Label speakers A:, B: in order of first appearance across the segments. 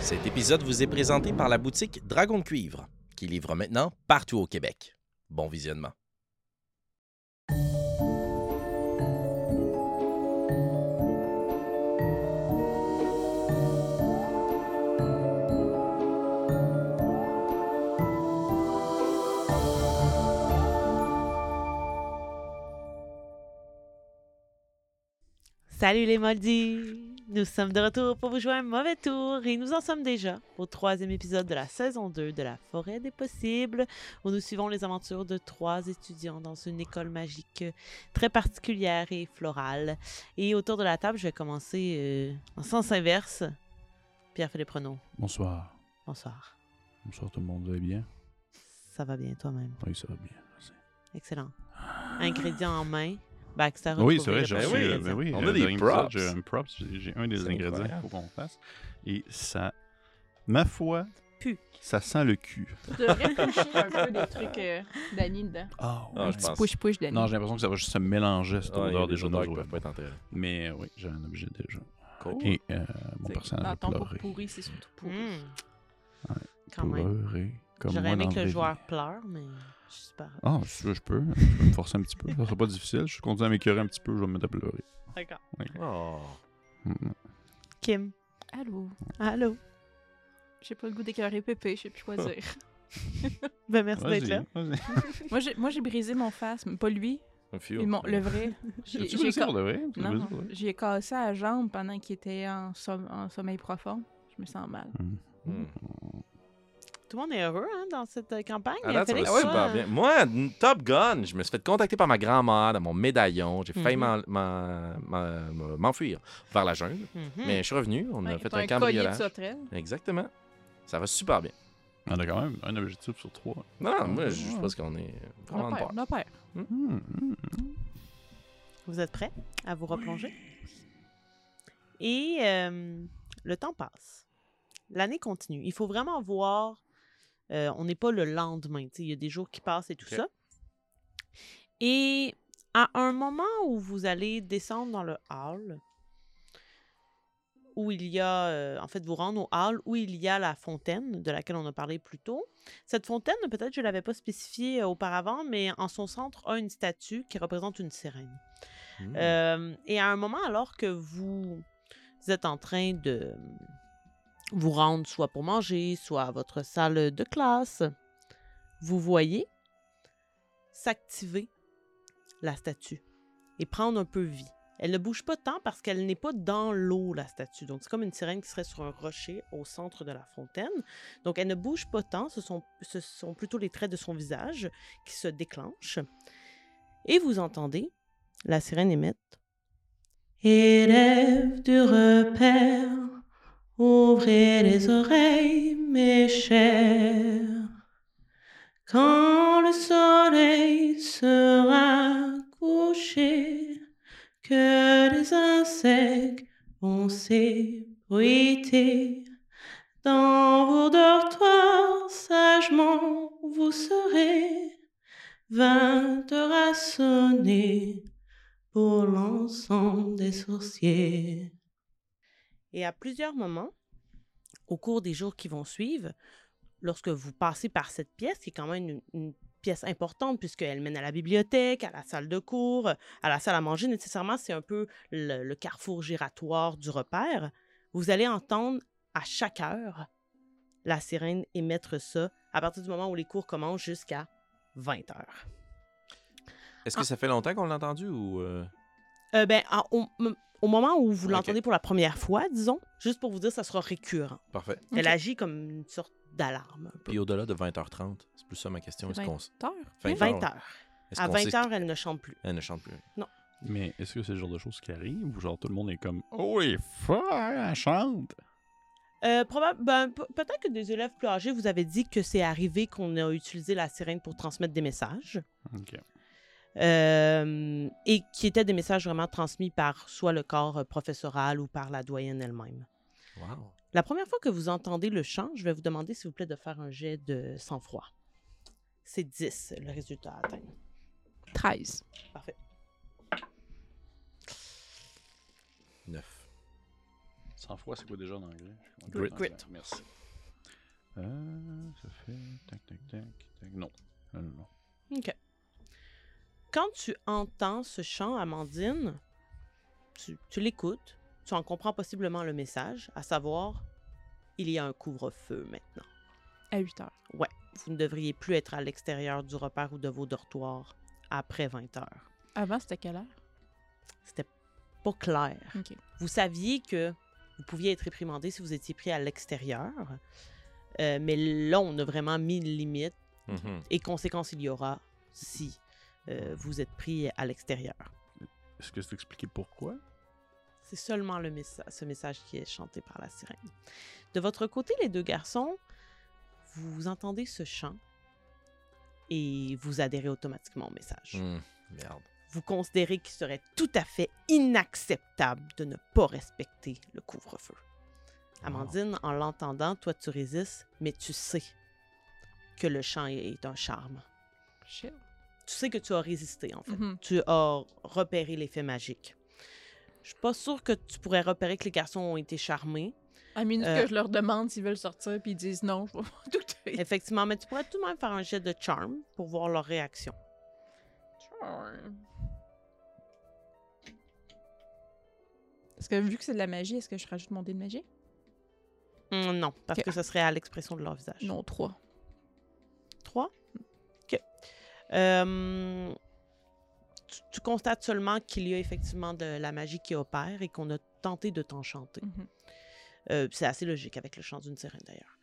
A: Cet épisode vous est présenté par la boutique Dragon de Cuivre, qui livre maintenant partout au Québec. Bon visionnement.
B: Salut les Moldis! Nous sommes de retour pour vous jouer un mauvais tour et nous en sommes déjà au troisième épisode de la saison 2 de La Forêt des Possibles où nous suivons les aventures de trois étudiants dans une école magique très particulière et florale. Et autour de la table, je vais commencer euh, en sens inverse. Pierre-Philippe Renaud,
C: Bonsoir.
B: bonsoir.
C: Bonsoir tout le monde, vous allez bien?
B: Ça va bien toi-même?
C: Oui, ça va bien. merci.
B: Excellent. Ingrédients en main. Baxter a
C: Oui,
B: trouvé
C: c'est vrai,
B: le
C: j'ai
B: bon
C: reçu.
A: oui,
C: euh,
B: ingrédient.
C: ben oui,
A: on
C: euh,
A: a des
C: dernier épisode,
A: props.
C: J'ai un prop, j'ai j'ai un des
A: C'est
C: ingrédients qu'il
A: incroyable.
C: faut qu'on fasse. Et ça, ma foi,
B: Pue.
C: ça sent le cul.
D: Tu devrais pêcher un peu des trucs euh, d'Annie dedans.
C: Ah,
A: Ah, je
D: Petit
A: pense.
D: push-push
C: Non,
D: d'Annie.
C: j'ai l'impression que ça va juste se mélanger à cette
A: Ah, il y a
C: odeur
A: des
C: des jeunes
A: odeurs Oh. qui
C: joueurs.
A: peuvent pas être enterrées.
C: Mais euh, oui, j'ai un objet déjà.
A: Cool.
C: Et euh, mon
A: C'est-
C: personnage
D: Dans
C: a
D: ton pot
C: pleuré.
D: pourri, c'est surtout pourri.
B: Mm. Quand
C: euh,
B: même.
C: Pleuré, comme
B: J'aurais
C: moi
B: aimé
C: dans
B: que
C: la
B: le
C: vie.
B: joueur pleure, mais je suis pas.
C: Ah, si tu veux, je peux. Je peux me forcer un petit peu. Ça sera pas difficile. Je suis content à m'écœurer un petit peu. Je vais me mettre à pleurer.
B: D'accord.
A: Oh.
C: Mm.
B: Kim,
D: Allô?
B: allô?
D: J'ai pas le goût d'écœurer Pépé, je sais plus quoi dire.
B: Ben, merci
C: Vas-y,
B: d'être là.
C: vas-y.
D: moi, j'ai, moi, j'ai brisé mon phasme. Pas lui,
A: Un
D: mais
A: fio.
D: mon, le vrai. J'ai,
C: As-tu
D: j'ai
C: réussi
D: ca-
C: pour de vrai? Tu as
D: Non,
C: réussi
D: non.
C: pour de vrai?
D: J'ai cassé la jambe pendant qu'il était en, som- en sommeil profond. Je me sens mal.
C: Mm.
A: Hmm.
B: Tout le monde est heureux hein, dans cette euh, campagne.
A: Ah, là, ça va
B: Félix, toi,
A: super bien. Moi, n- Top Gun, je me suis fait contacter par ma grand-mère dans mon médaillon. J'ai failli
B: Mhm.
A: m'en- m'en- m'en- m'enfuir vers la jungle,
B: euh, mhm.
A: mais je suis revenu. On a
D: Ouais,
A: fait
D: t'as
A: un
D: collier de
A: cambriolage.
D: sauterelle.
A: Exactement. Ça va super bien.
C: On a quand même un objectif sur trois.
A: Non, non, moi, je je pense qu'on est
D: On
A: vraiment de
D: perd,
A: part.
D: on perd.
C: Hmm, hmm.
B: Vous êtes prêts à vous replonger? Et euh, le temps passe. L'année continue. Il faut vraiment voir. euh, on n'est pas le lendemain. tu sais, Il y a des jours qui passent et tout
A: Ok.
B: ça. Et à un moment où vous allez descendre dans le hall, où il y a, euh, en fait, vous rendre au hall, où il y a la fontaine de laquelle on a parlé plus tôt. Cette fontaine, peut-être je ne l'avais pas spécifié euh, auparavant, mais en son centre a une statue qui représente une sirène.
A: Hmm.
B: Euh, et à un moment, alors que vous êtes en train de vous rendre soit pour manger, soit à votre salle de classe, vous voyez s'activer la statue et prendre un peu vie. Elle ne bouge pas tant parce qu'elle n'est pas dans l'eau, la statue. Donc, c'est comme une sirène qui serait sur un rocher au centre de la fontaine. Donc, elle ne bouge pas tant. Ce sont, ce sont plutôt les traits de son visage qui se déclenchent. Et vous entendez la sirène émette. Élève du repère, ouvrez les oreilles, mes chers. Quand le soleil sera couché, que les insectes vont s'ébruiter. Dans vos dortoirs, sagement, vous serez vingt heures à sonner pour l'ensemble des sorciers. Et à plusieurs moments, au cours des jours qui vont suivre, lorsque vous passez par cette pièce, qui est quand même une, une pièce importante puisqu'elle mène à la bibliothèque, à la salle de cours, à la salle à manger, nécessairement, c'est un peu le, le carrefour giratoire du repère, vous allez entendre à chaque heure la sirène émettre ça à partir du moment où les cours commencent jusqu'à 20 heures.
A: Est-ce que ça fait longtemps qu'on l'a entendu ou. euh,
B: Euh, ben, en- au, m- au moment où vous
A: Ok.
B: l'entendez pour la première fois, disons, juste pour vous dire, ça sera récurrent.
A: Parfait.
B: Elle agit comme une sorte d'alarme. un peu.
A: Puis au-delà de 20h30, c'est plus ça ma question.
D: C'est
A: Est-ce qu'on. s-
D: Tard.
A: Fin
B: 20
A: heures.
B: heures.
A: Est-ce
B: À
A: qu'on
B: 20
A: sait-
B: heures, elle ne chante plus.
A: Elle ne chante plus.
C: Mais est-ce que c'est le genre de choses qui arrivent ou genre tout le monde est comme Oh les fuck, elle chante
B: Euh, probable- ben, pe- Peut-être que des élèves plus âgés vous avez dit que c'est arrivé qu'on a utilisé la sirène pour transmettre des messages.
C: Ok.
B: euh, et qui étaient des messages vraiment transmis par soit le corps euh, professoral ou par la doyenne elle-même.
A: Wow.
B: La première fois que vous entendez le chant, je vais vous demander, s'il vous plaît, de faire un jet de sang-froid. C'est 10, le résultat à atteindre.
D: 13.
A: Neuf.
C: Sans froid, c'est quoi déjà en anglais? Je
D: Grit.
C: suis content.
D: Grit.
C: Merci. Euh, ça fait. Tac, tac, tac, tac. Non. Non, non, non.
B: OK. Quand tu entends ce chant, Amandine, tu, tu l'écoutes, tu en comprends possiblement le message, à savoir, il y a un couvre-feu maintenant.
D: À 8 heures.
B: Vous ne devriez plus être à l'extérieur du repère ou de vos dortoirs après 20 heures.
D: Avant, c'était quelle heure?
B: C'était pas clair.
D: OK.
B: Vous saviez que vous pouviez être réprimandé si vous étiez pris à l'extérieur, euh, mais là, on a vraiment mis une limite.
A: Mhm.
B: et conséquences il y aura si euh, vous êtes pris à l'extérieur.
C: Est-ce que c'est expliqué pourquoi?
B: C'est seulement le messa- ce message qui est chanté par la sirène. De votre côté, les deux garçons, vous entendez ce chant et vous adhérez automatiquement au message.
A: Mhm. Merde.
B: Vous considérez qu'il serait tout à fait inacceptable de ne pas respecter le couvre-feu. Amandine, en l'entendant, toi tu résistes, mais tu sais que le chant est- est un charme.
D: Shit.
B: tu sais que tu as résisté, en fait.
D: Mhm.
B: Tu as repéré l'effet magique. Je suis pas sûre que tu pourrais repérer que les garçons ont été charmés.
D: À minute
B: Euh.
D: que je leur demande s'ils veulent sortir, puis ils disent non, je vais pas tout tuer.
B: Effectivement, mais tu pourrais tout de même faire un jet de charme pour voir leur réaction.
D: Est-ce que vu que c'est de la magie, est-ce que je rajoute mon dé de magie?
B: Hum, non, parce
D: Ok.
B: que ce serait à l'expression de leur visage.
D: Non, 3.
B: Trois? OK. Euh, tu, tu constates seulement qu'il y a effectivement de la magie qui opère et qu'on a tenté de t'enchanter.
D: Mhm.
B: Euh, c'est assez logique avec le chant d'une sirène, d'ailleurs.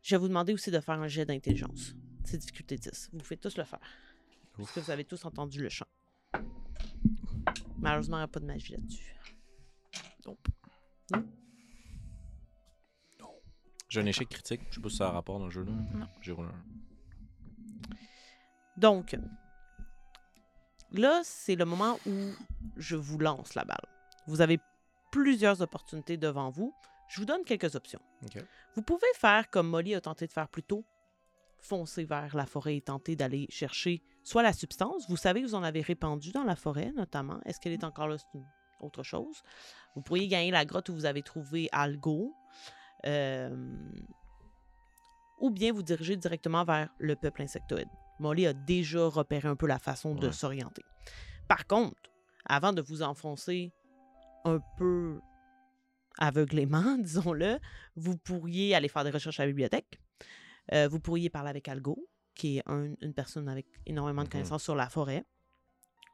B: Je vais vous demander aussi de faire un jet d'intelligence. C'est difficulté 10. Vous pouvez tous le faire. Parce que vous avez tous entendu le chant. Malheureusement, il n'y a pas de magie là-dessus.
A: J'ai un échec critique. Je sais pas si ça a rapport dans le jeu. Là.
D: Non.
A: J'ai roulé un.
B: Donc, là, c'est le moment où je vous lance la balle. Vous avez plusieurs opportunités devant vous. Je vous donne quelques options.
A: Ok.
B: Vous pouvez faire comme Molly a tenté de faire plus tôt, foncer vers la forêt et tenter d'aller chercher soit la substance, vous savez que vous en avez répandu dans la forêt notamment, est-ce qu'elle est encore là, c'est une autre chose. Vous pourriez gagner la grotte où vous avez trouvé Algo, euh, ou bien vous diriger directement vers le peuple insectoïde. Molly a déjà repéré un peu la façon de
A: Ouais.
B: s'orienter. Par contre, avant de vous enfoncer un peu aveuglément, disons-le, vous pourriez aller faire des recherches à la bibliothèque. Euh, vous pourriez parler avec Algo, qui est un- une personne avec énormément de
A: Mhm.
B: connaissances sur la forêt.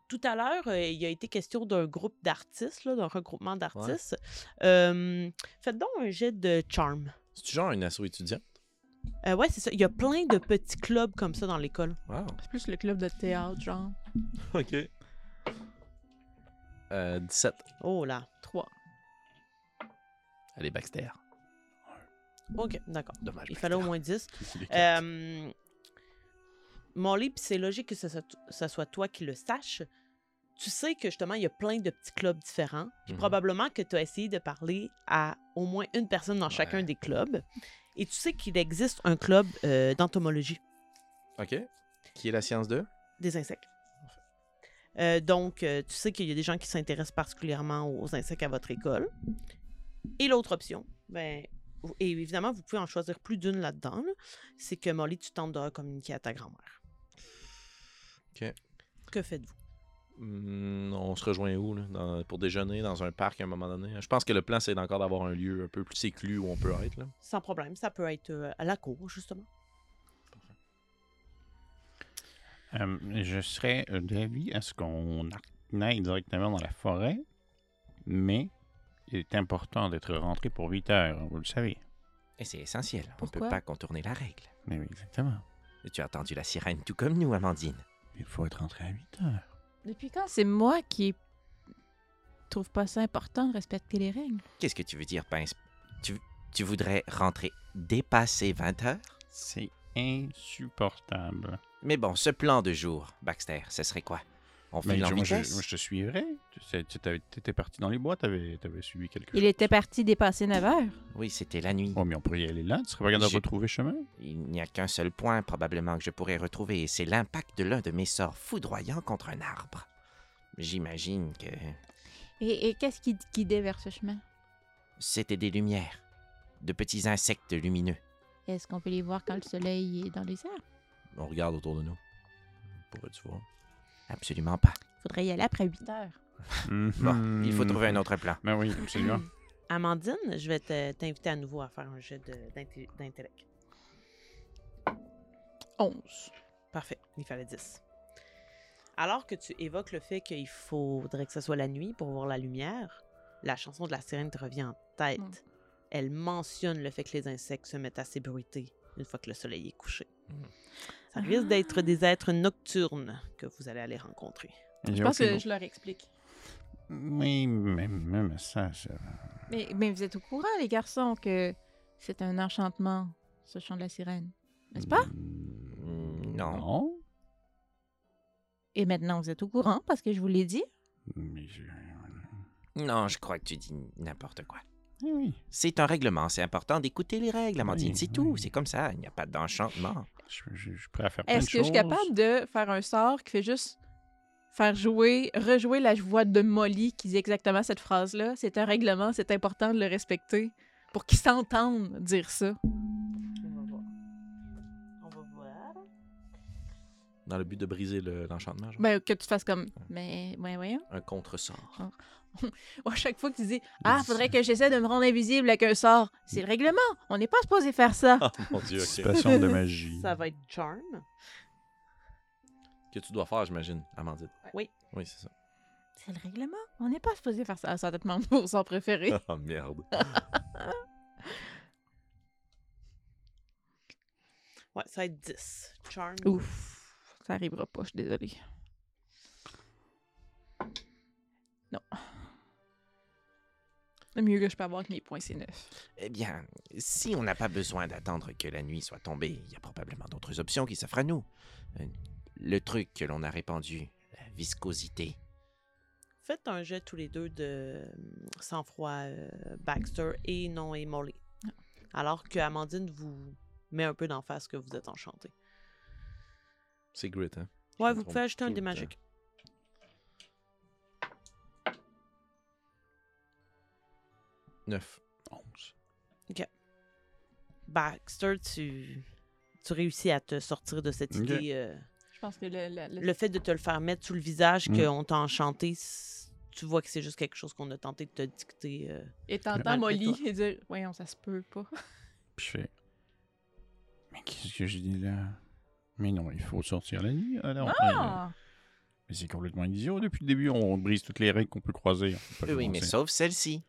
B: Tout à l'heure, euh, il a été question d'un groupe d'artistes, là, d'un regroupement d'artistes. Euh, faites donc un jet de charm.
A: C'est-tu genre un assaut étudiant?
B: Euh, ouais, c'est ça. Il y a plein de petits clubs comme ça dans l'école.
A: Wow.
D: C'est plus le club de théâtre, genre
A: OK. Euh, 17.
B: Oh là.
D: 3.
A: Allez, Baxter.
B: OK, d'accord.
A: Dommage.
B: Il fallait au moins 10.
C: C'est les quatre.
B: Euh, Molly, puis c'est logique que ce soit, ce soit toi qui le saches. Tu sais que justement, il y a plein de petits clubs différents. Puis
A: Mhm.
B: probablement que tu as essayé de parler à au moins une personne dans chacun
A: Ouais.
B: des clubs. Et tu sais qu'il existe un club euh, d'entomologie
A: OK. Qui est la science 2?
B: des insectes. Euh, donc, euh, tu sais qu'il y a des gens qui s'intéressent particulièrement aux insectes à votre école. Et l'autre option, ben, ou- et évidemment, vous pouvez en choisir plus d'une là-dedans, là, c'est que Molly, tu tentes de communiquer à ta grand-mère.
A: Ok.
B: Que faites-vous?
A: Hmm, on se rejoint où là? Dans- pour déjeuner dans un parc à un moment donné? Je pense que le plan c'est encore d'avoir un lieu un peu plus séclu où on peut être là.
B: Sans problème, ça peut être euh, à la cour, justement.
C: Euh, je serais euh, d'avis à ce qu'on aille directement dans la forêt, mais il est important d'être rentré pour 8 heures, vous le savez.
A: Et c'est essentiel.
D: Pourquoi? peut pas
A: contourner la règle.
C: Mais oui, exactement.
A: Tu as attendu la sirène tout comme nous, Amandine.
C: Il faut être rentré à 8 heures.
D: Depuis quand c'est moi qui trouve pas ça important de respecter les règles?
A: Qu'est-ce que tu veux dire, Pince? Tu, tu voudrais rentrer dépasser 20 heures?
C: C'est insupportable.
A: Mais bon, ce plan de jour, Baxter, ce serait quoi? On
C: Mais
A: file en
C: Ben, je, moi, je,
A: vitesse?
C: moi, je te suivrais. Tu sais, tu t'avais- t'étais parti dans les bois, t'avais avais suivi quelque chose.
D: Il était parti dépasser 9 heures.
A: Oui, c'était la nuit.
C: Oh, mais on pourrait y aller là. Tu serais pas capable de
A: J'ai-
C: retrouver le chemin?
A: Il n'y a qu'un seul point probablement que je pourrais retrouver, et c'est l'impact de l'un de mes sorts foudroyants contre un arbre. J'imagine que...
D: Et, et qu'est-ce qui te guidait vers ce chemin?
E: c'était des lumières, de petits insectes lumineux.
F: Est-ce qu'on peut les voir quand le soleil est dans les airs?
A: On regarde autour de nous. Pourrais-tu voir?
E: Absolument pas.
F: Faudrait y aller après 8 heures.
E: Bon, il faut trouver un autre plan.
C: Ben oui, absolument.
B: Amandine, je vais te- t'inviter à nouveau à faire un jeu de- d'inté- d'intellect.
D: 11.
B: Parfait, il fallait 10. Alors que tu évoques le fait qu'il faudrait que ce soit la nuit pour voir la lumière, la chanson de la sirène te revient en tête.
D: Mm.
B: Elle mentionne le fait que les insectes se mettent à s'ébruiter une fois que le soleil est couché. Ça risque d'être des êtres nocturnes que vous allez aller rencontrer.
D: Je pense que je leur explique.
C: Oui, mais, mais- mais ça, ça...
F: Mais, mais vous êtes au courant, les garçons, que c'est un enchantement, ce chant de la sirène. N'est-ce pas?
C: Mm,
A: non.
C: Non.
F: Et maintenant, vous êtes au courant parce que je vous l'ai dit.
C: Mais je-
E: Non, je crois que tu dis n'importe quoi.
C: Oui, oui.
E: C'est un règlement, c'est important d'écouter les règles, Amandine,
C: Oui,
E: c'est tout,
C: oui.
E: c'est comme ça, il n'y a pas d'enchantement.
C: Je, je- je suis prêt à faire plein de
D: Est-ce que je suis
C: choses.
D: capable de faire un sort qui fait juste faire jouer, rejouer la voix de Molly qui dit exactement cette phrase-là? C'est un règlement, c'est important de le respecter pour qu'ils s'entendent dire ça.
B: On va voir. On va voir.
A: Dans le but de briser le- l'enchantement, genre.
D: Ben, que tu fasses comme.
F: Mais, ouais, voyons.
A: Un contresort.
D: À chaque fois que tu dis Ah, faudrait que j'essaie de me rendre invisible avec un sort, c'est le règlement. On n'est pas supposé faire ça.
A: Ah, mon Dieu, ok.
C: Participation de magie.
B: Ça va être charm.
A: Que tu dois faire, j'imagine, Amandine.
B: Oui.
A: Oui, c'est ça.
F: C'est le règlement.
D: On n'est pas supposé faire ça. Ça va être mon mon sort préféré.
A: Ah, merde.
B: Ouais, ça va être 10. Charm.
D: Ouf, ça arrivera pas, je suis désolée. Non. Le mieux que je peux avoir avec mes points, c'est 9.
E: Eh bien, si on n'a pas besoin d'attendre que la nuit soit tombée, il y a probablement d'autres options qui s'offrent à nous. Euh, Le truc que l'on a répandu, la viscosité.
B: Faites un jet tous les deux de euh, sang-froid euh, Baxter et non et Molly. Alors que Amandine vous met un peu d'en face que vous êtes enchanté.
A: C'est grit, hein?
B: Ouais,
A: me
B: vous
A: trompe
B: pouvez ajouter un
A: tout
B: des
A: le
B: magiques.
A: Neuf.
C: Oh.
B: Baxter, tu, tu réussis à te sortir de cette
C: Ok.
B: idée. euh,
D: Je pense que le. le- le-
B: le fait de te le faire mettre sous le visage
C: Mm.
B: qu'on t'a enchanté, c- tu vois que c'est juste quelque chose qu'on a tenté de te dicter. euh.
D: Et t'entends
B: Malgré
D: Molly et dire Voyons, ça se peut pas.
C: Puis je fais... Mais qu'est-ce que je dis là? Mais non, il faut sortir la nuit. Ah, non, euh,
D: Ah!
C: mais c'est complètement idiot. Depuis le début, on brise toutes les règles qu'on peut croiser. On peut pas
E: Oui, oui, mais
C: commencer.
E: sauf celle-ci.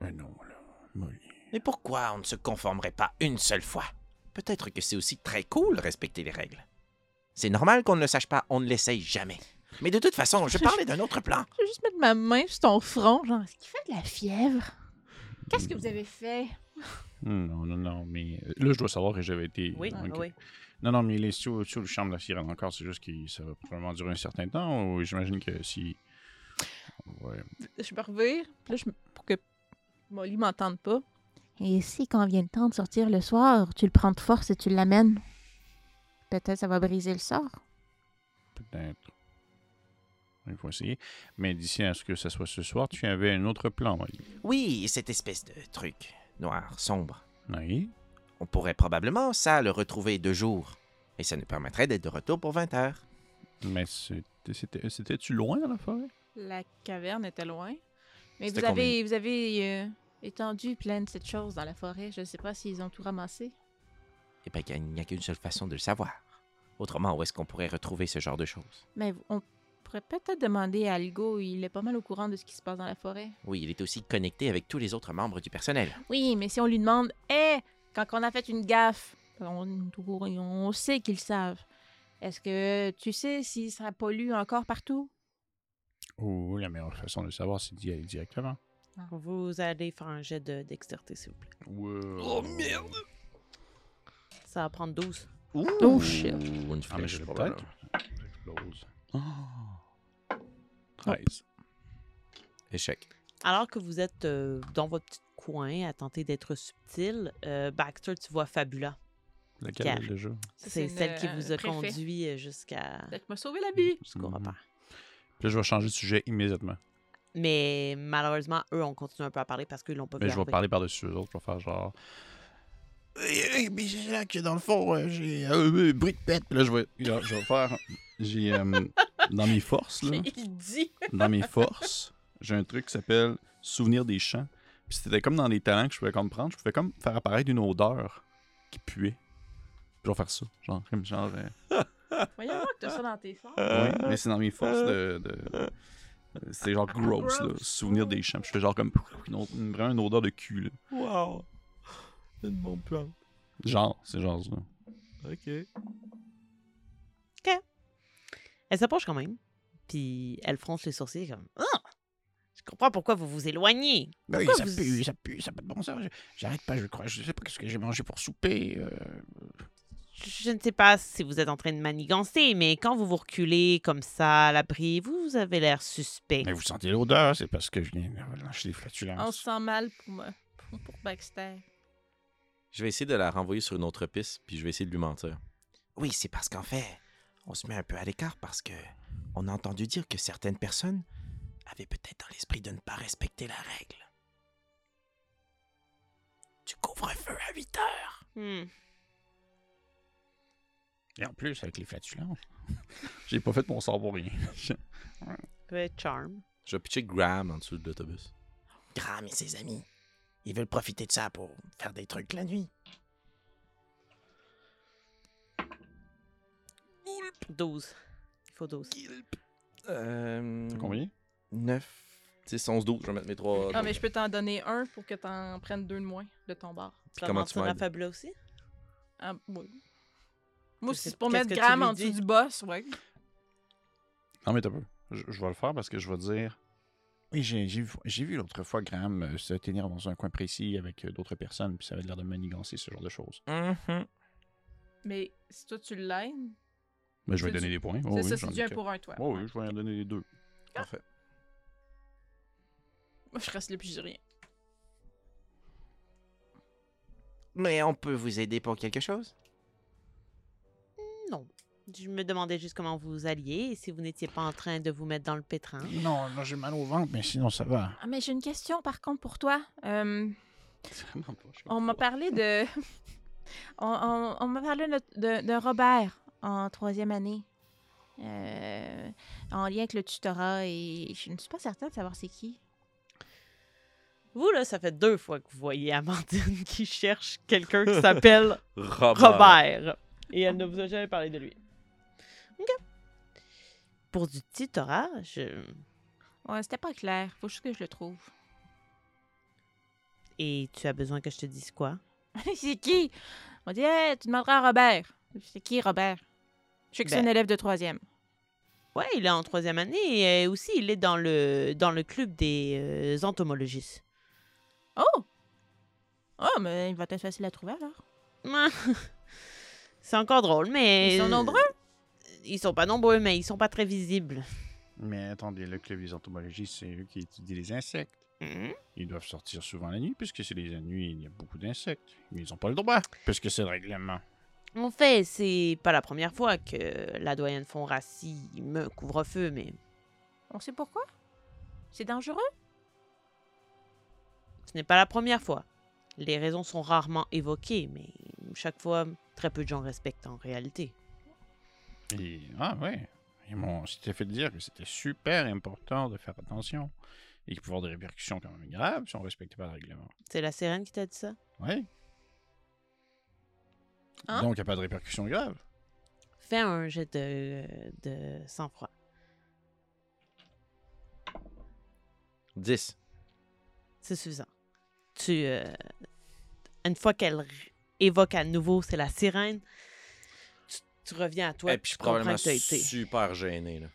C: Mais non, là. Molly.
E: Mais pourquoi on ne se conformerait pas une seule fois Peut-être que c'est aussi très cool respecter les règles. C'est normal qu'on ne le sache pas, on ne l'essaye jamais. Mais de toute façon, je parlais d'un autre plan.
D: Je vais juste mettre ma main sur ton front, genre.
F: Est-ce qu'il fait de la fièvre? Qu'est-ce que vous avez fait?
C: Non, non, non, mais euh, là, je dois savoir que j'avais été.
B: Oui, Ah,
C: Ok.
B: oui.
C: Non, non, mais il est sous, sous le charme de la sirène encore. C'est juste que ça va probablement durer un certain temps. Ou j'imagine que si. Ouais.
D: Je me revire, puis là, je me- pour que Molly m'entende pas.
F: Et si, quand vient le temps de sortir le soir, tu le prends de force et tu l'amènes? Peut-être ça va briser le sort.
C: Peut-être. Il faut essayer. Mais d'ici à ce que ça soit ce soir, tu avais un autre plan, Molly.
E: Oui, cette espèce de truc noir, sombre.
C: Oui.
E: On pourrait probablement, ça, le retrouver deux jours. Et ça nous permettrait d'être de retour pour 20 heures.
C: Mais c'était- c'était- c'était-tu loin dans la forêt?
D: La caverne était loin. Mais
E: C'était
D: vous avez, vous avez euh, étendu plein de cette chose dans la forêt. Je ne sais pas s'ils ont tout ramassé.
E: Eh bien, il n'y a qu'une seule façon de le savoir. Autrement, où est-ce qu'on pourrait retrouver ce genre de choses
F: Mais on pourrait peut-être demander à Algo, il est pas mal au courant de ce qui se passe dans la forêt.
E: Oui, il est aussi connecté avec tous les autres membres du personnel.
F: Oui, mais si on lui demande, hé, quand on a fait une gaffe, on, on sait qu'ils savent. Est-ce que tu sais s'il sera pollué encore partout?
C: Oh, la meilleure façon de le savoir, c'est d'y aller directement.
B: Vous allez faire un jet de dextérité, s'il vous plaît.
C: Oh merde!
B: Ça va prendre 12.
A: Ouh!
F: Oh, shit.
A: Une
C: Ah, mais
A: flèche,
C: je
A: pas mal.
C: peut-être. J'explose. Oh. 13.
A: Échec.
B: Alors que vous êtes euh, dans votre petit coin à tenter d'être subtil, euh, Baxter, tu vois Fabula.
C: Laquelle déjà?
D: Ça,
B: C'est
D: une,
B: celle qui
D: euh,
B: vous a
D: préfet.
B: conduit jusqu'à
F: Mm-hmm.
D: Peut-être m'a sauvé la vie.
B: jusqu'au
C: Mhm.
B: repère.
C: Puis Là, je vais changer de sujet immédiatement.
B: Mais malheureusement, eux, on continue un peu à parler parce qu'ils l'ont pas
C: Mais
B: vu
C: je vais
B: arriver.
C: parler par-dessus eux autres. Je vais faire genre. Eh, eh, Mais c'est là que dans le fond, euh, j'ai un euh, euh, bruit de pète. Puis Là, je vais, là, je vais faire. J'ai. euh, dans mes forces, là.
D: Il dit.
C: dans mes forces, j'ai un truc qui s'appelle souvenir des champs. Puis c'était comme dans les talents que je pouvais comme prendre, je pouvais comme faire apparaître une odeur qui puait. Puis je vais faire ça, genre comme genre. euh,
D: Voyons voir que t'as ça dans tes forces.
C: ouais,
A: Euh.
C: mais c'est dans mes forces de. de- c'est genre gross, là, souvenir des champs. Puis je fais genre comme une, o- une- vraiment une odeur de cul, là.
A: Wow! C'est une bonne plante.
C: Genre, c'est genre ça.
A: Ok.
B: Elle s'approche quand même, puis elle fronce les sourcils comme Ah! Je comprends pourquoi vous vous éloignez.
C: Ben oui,
B: Pourquoi
C: ça
B: vous-
C: pue, ça pue, ça n'a pas de bon sens. Je- J'arrête pas, je crois. Je sais pas qu'est-ce que j'ai mangé pour souper. euh.
B: Je ne sais pas si vous êtes en train de manigancer, mais quand vous vous reculez comme ça à l'abri, vous avez l'air suspect.
C: Mais vous sentez l'odeur, c'est parce que je viens de lâcher des
D: On se
C: flatulences.
D: sent mal pour, moi, pour, pour Baxter.
A: Je vais essayer de la renvoyer sur une autre piste, puis je vais essayer de lui mentir.
E: Oui, c'est parce qu'en fait, on se met un peu à l'écart parce que on a entendu dire que certaines personnes avaient peut-être dans l'esprit de ne pas respecter la règle. Tu couvres feu à 8 heures.
B: Hmm.
C: Et en plus, avec les flatulences. Mm. j'ai pas fait mon sort pour rien.
B: Peut-être charm.
A: Je vais pitcher Graham en dessous de l'autobus.
E: Graham et ses amis, ils veulent profiter de ça pour faire des trucs la nuit.
B: 12. Il faut 12.
A: Euh.
C: Combien
A: 9, 10, 11, 12. Je vais mettre mes trois.
D: Ah, mais je peux t'en donner un pour que t'en prennes deux de moins de ton bar.
A: Puis comment tu
B: à
A: m'aides?
B: Fabula aussi?
D: Ah, oui. Moi,
B: Qu'est-ce
D: c'est pour
B: que-
D: mettre
B: qu'est-ce que tu
D: Graham
B: lui
D: en dessous
B: dis?
D: du boss, ouais.
C: Non, mais t'as peu. Je, je vais le faire parce que je vais dire. Oui, j'ai j'ai vu, j'ai vu l'autre fois Graham euh, se tenir dans un coin précis avec euh, d'autres personnes, puis ça avait l'air de manigancer ce genre de choses.
A: Mm-hmm.
D: Mais si toi, tu l'aimes,
C: Mais je vais
D: C'est
C: lui donner
D: du-
C: des points. Oh,
D: c'est
C: oui,
D: ça,
C: j'en
D: c'est
C: ai
D: du un
C: quatre.
D: pour un, toi.
C: Oh,
D: Ouais.
C: oui, je vais en donner les deux.
A: Parfait.
D: Moi, je reste là puis je dis rien.
E: Mais on peut vous aider pour quelque chose
B: Non. Je me demandais juste comment vous alliez et si vous n'étiez pas en train de vous mettre dans le pétrin.
C: Non, non, j'ai mal au ventre, mais sinon ça va.
F: Ah, mais j'ai une question par contre pour toi. Euh, on m'a parlé de. on on- on m'a parlé de, de- de Robert en troisième année. Euh, en lien avec le tutorat et je ne suis pas certaine de savoir c'est qui.
B: Vous, là, ça fait deux fois que vous voyez Amandine qui cherche quelqu'un qui s'appelle
A: Robert.
B: Robert. Et elle ne vous a jamais parlé de lui. OK. Pour du euh, tutorat, je...
F: Ouais, c'était pas clair. Faut juste que je le trouve.
B: Et tu as besoin que je te dise quoi?
F: c'est qui? On dit, Hey, tu demanderas à Robert. C'est qui, Robert? Je sais que c'est
B: Ben.
F: un élève de troisième.
B: Ouais, il est en troisième année et euh, aussi il est dans le dans le club des euh, entomologistes.
F: Oh! Oh, mais il va être facile à trouver alors.
B: Mouah. C'est encore drôle, mais... euh,
F: Ils sont nombreux?
B: Ils sont pas nombreux, mais ils sont pas très visibles.
C: Mais attendez, le club des entomologistes, c'est eux qui étudient les insectes.
B: Mhm.
C: Ils doivent sortir souvent la nuit, puisque c'est les nuits, il y a beaucoup d'insectes. Mais ils n'ont pas le droit, puisque c'est le règlement.
B: En fait, c'est pas la première fois que la doyenne Fonraci me couvre-feu, mais
F: On sait pourquoi? C'est dangereux?
B: Ce n'est pas la première fois. Les raisons sont rarement évoquées, mais chaque fois, très peu de gens respectent en réalité.
C: Et, ah ouais. Ils m'ont c'était fait dire que c'était super important de faire attention et qu'il pouvait y avoir des répercussions quand même graves si on respectait pas le règlement.
B: C'est la sirène qui t'a dit ça
C: Oui.
D: Hein?
C: Donc, il n'y a pas de répercussions graves.
B: Fais un jet de, de sang-froid.
A: 10.
B: C'est suffisant. Tu. euh, une fois qu'elle r- évoque à nouveau, c'est la sirène, tu, tu reviens à toi
A: Et
B: et
A: Eh, puis je
B: tu
A: suis
B: comprends
A: probablement
B: que t'as été.
A: super gêné. Là.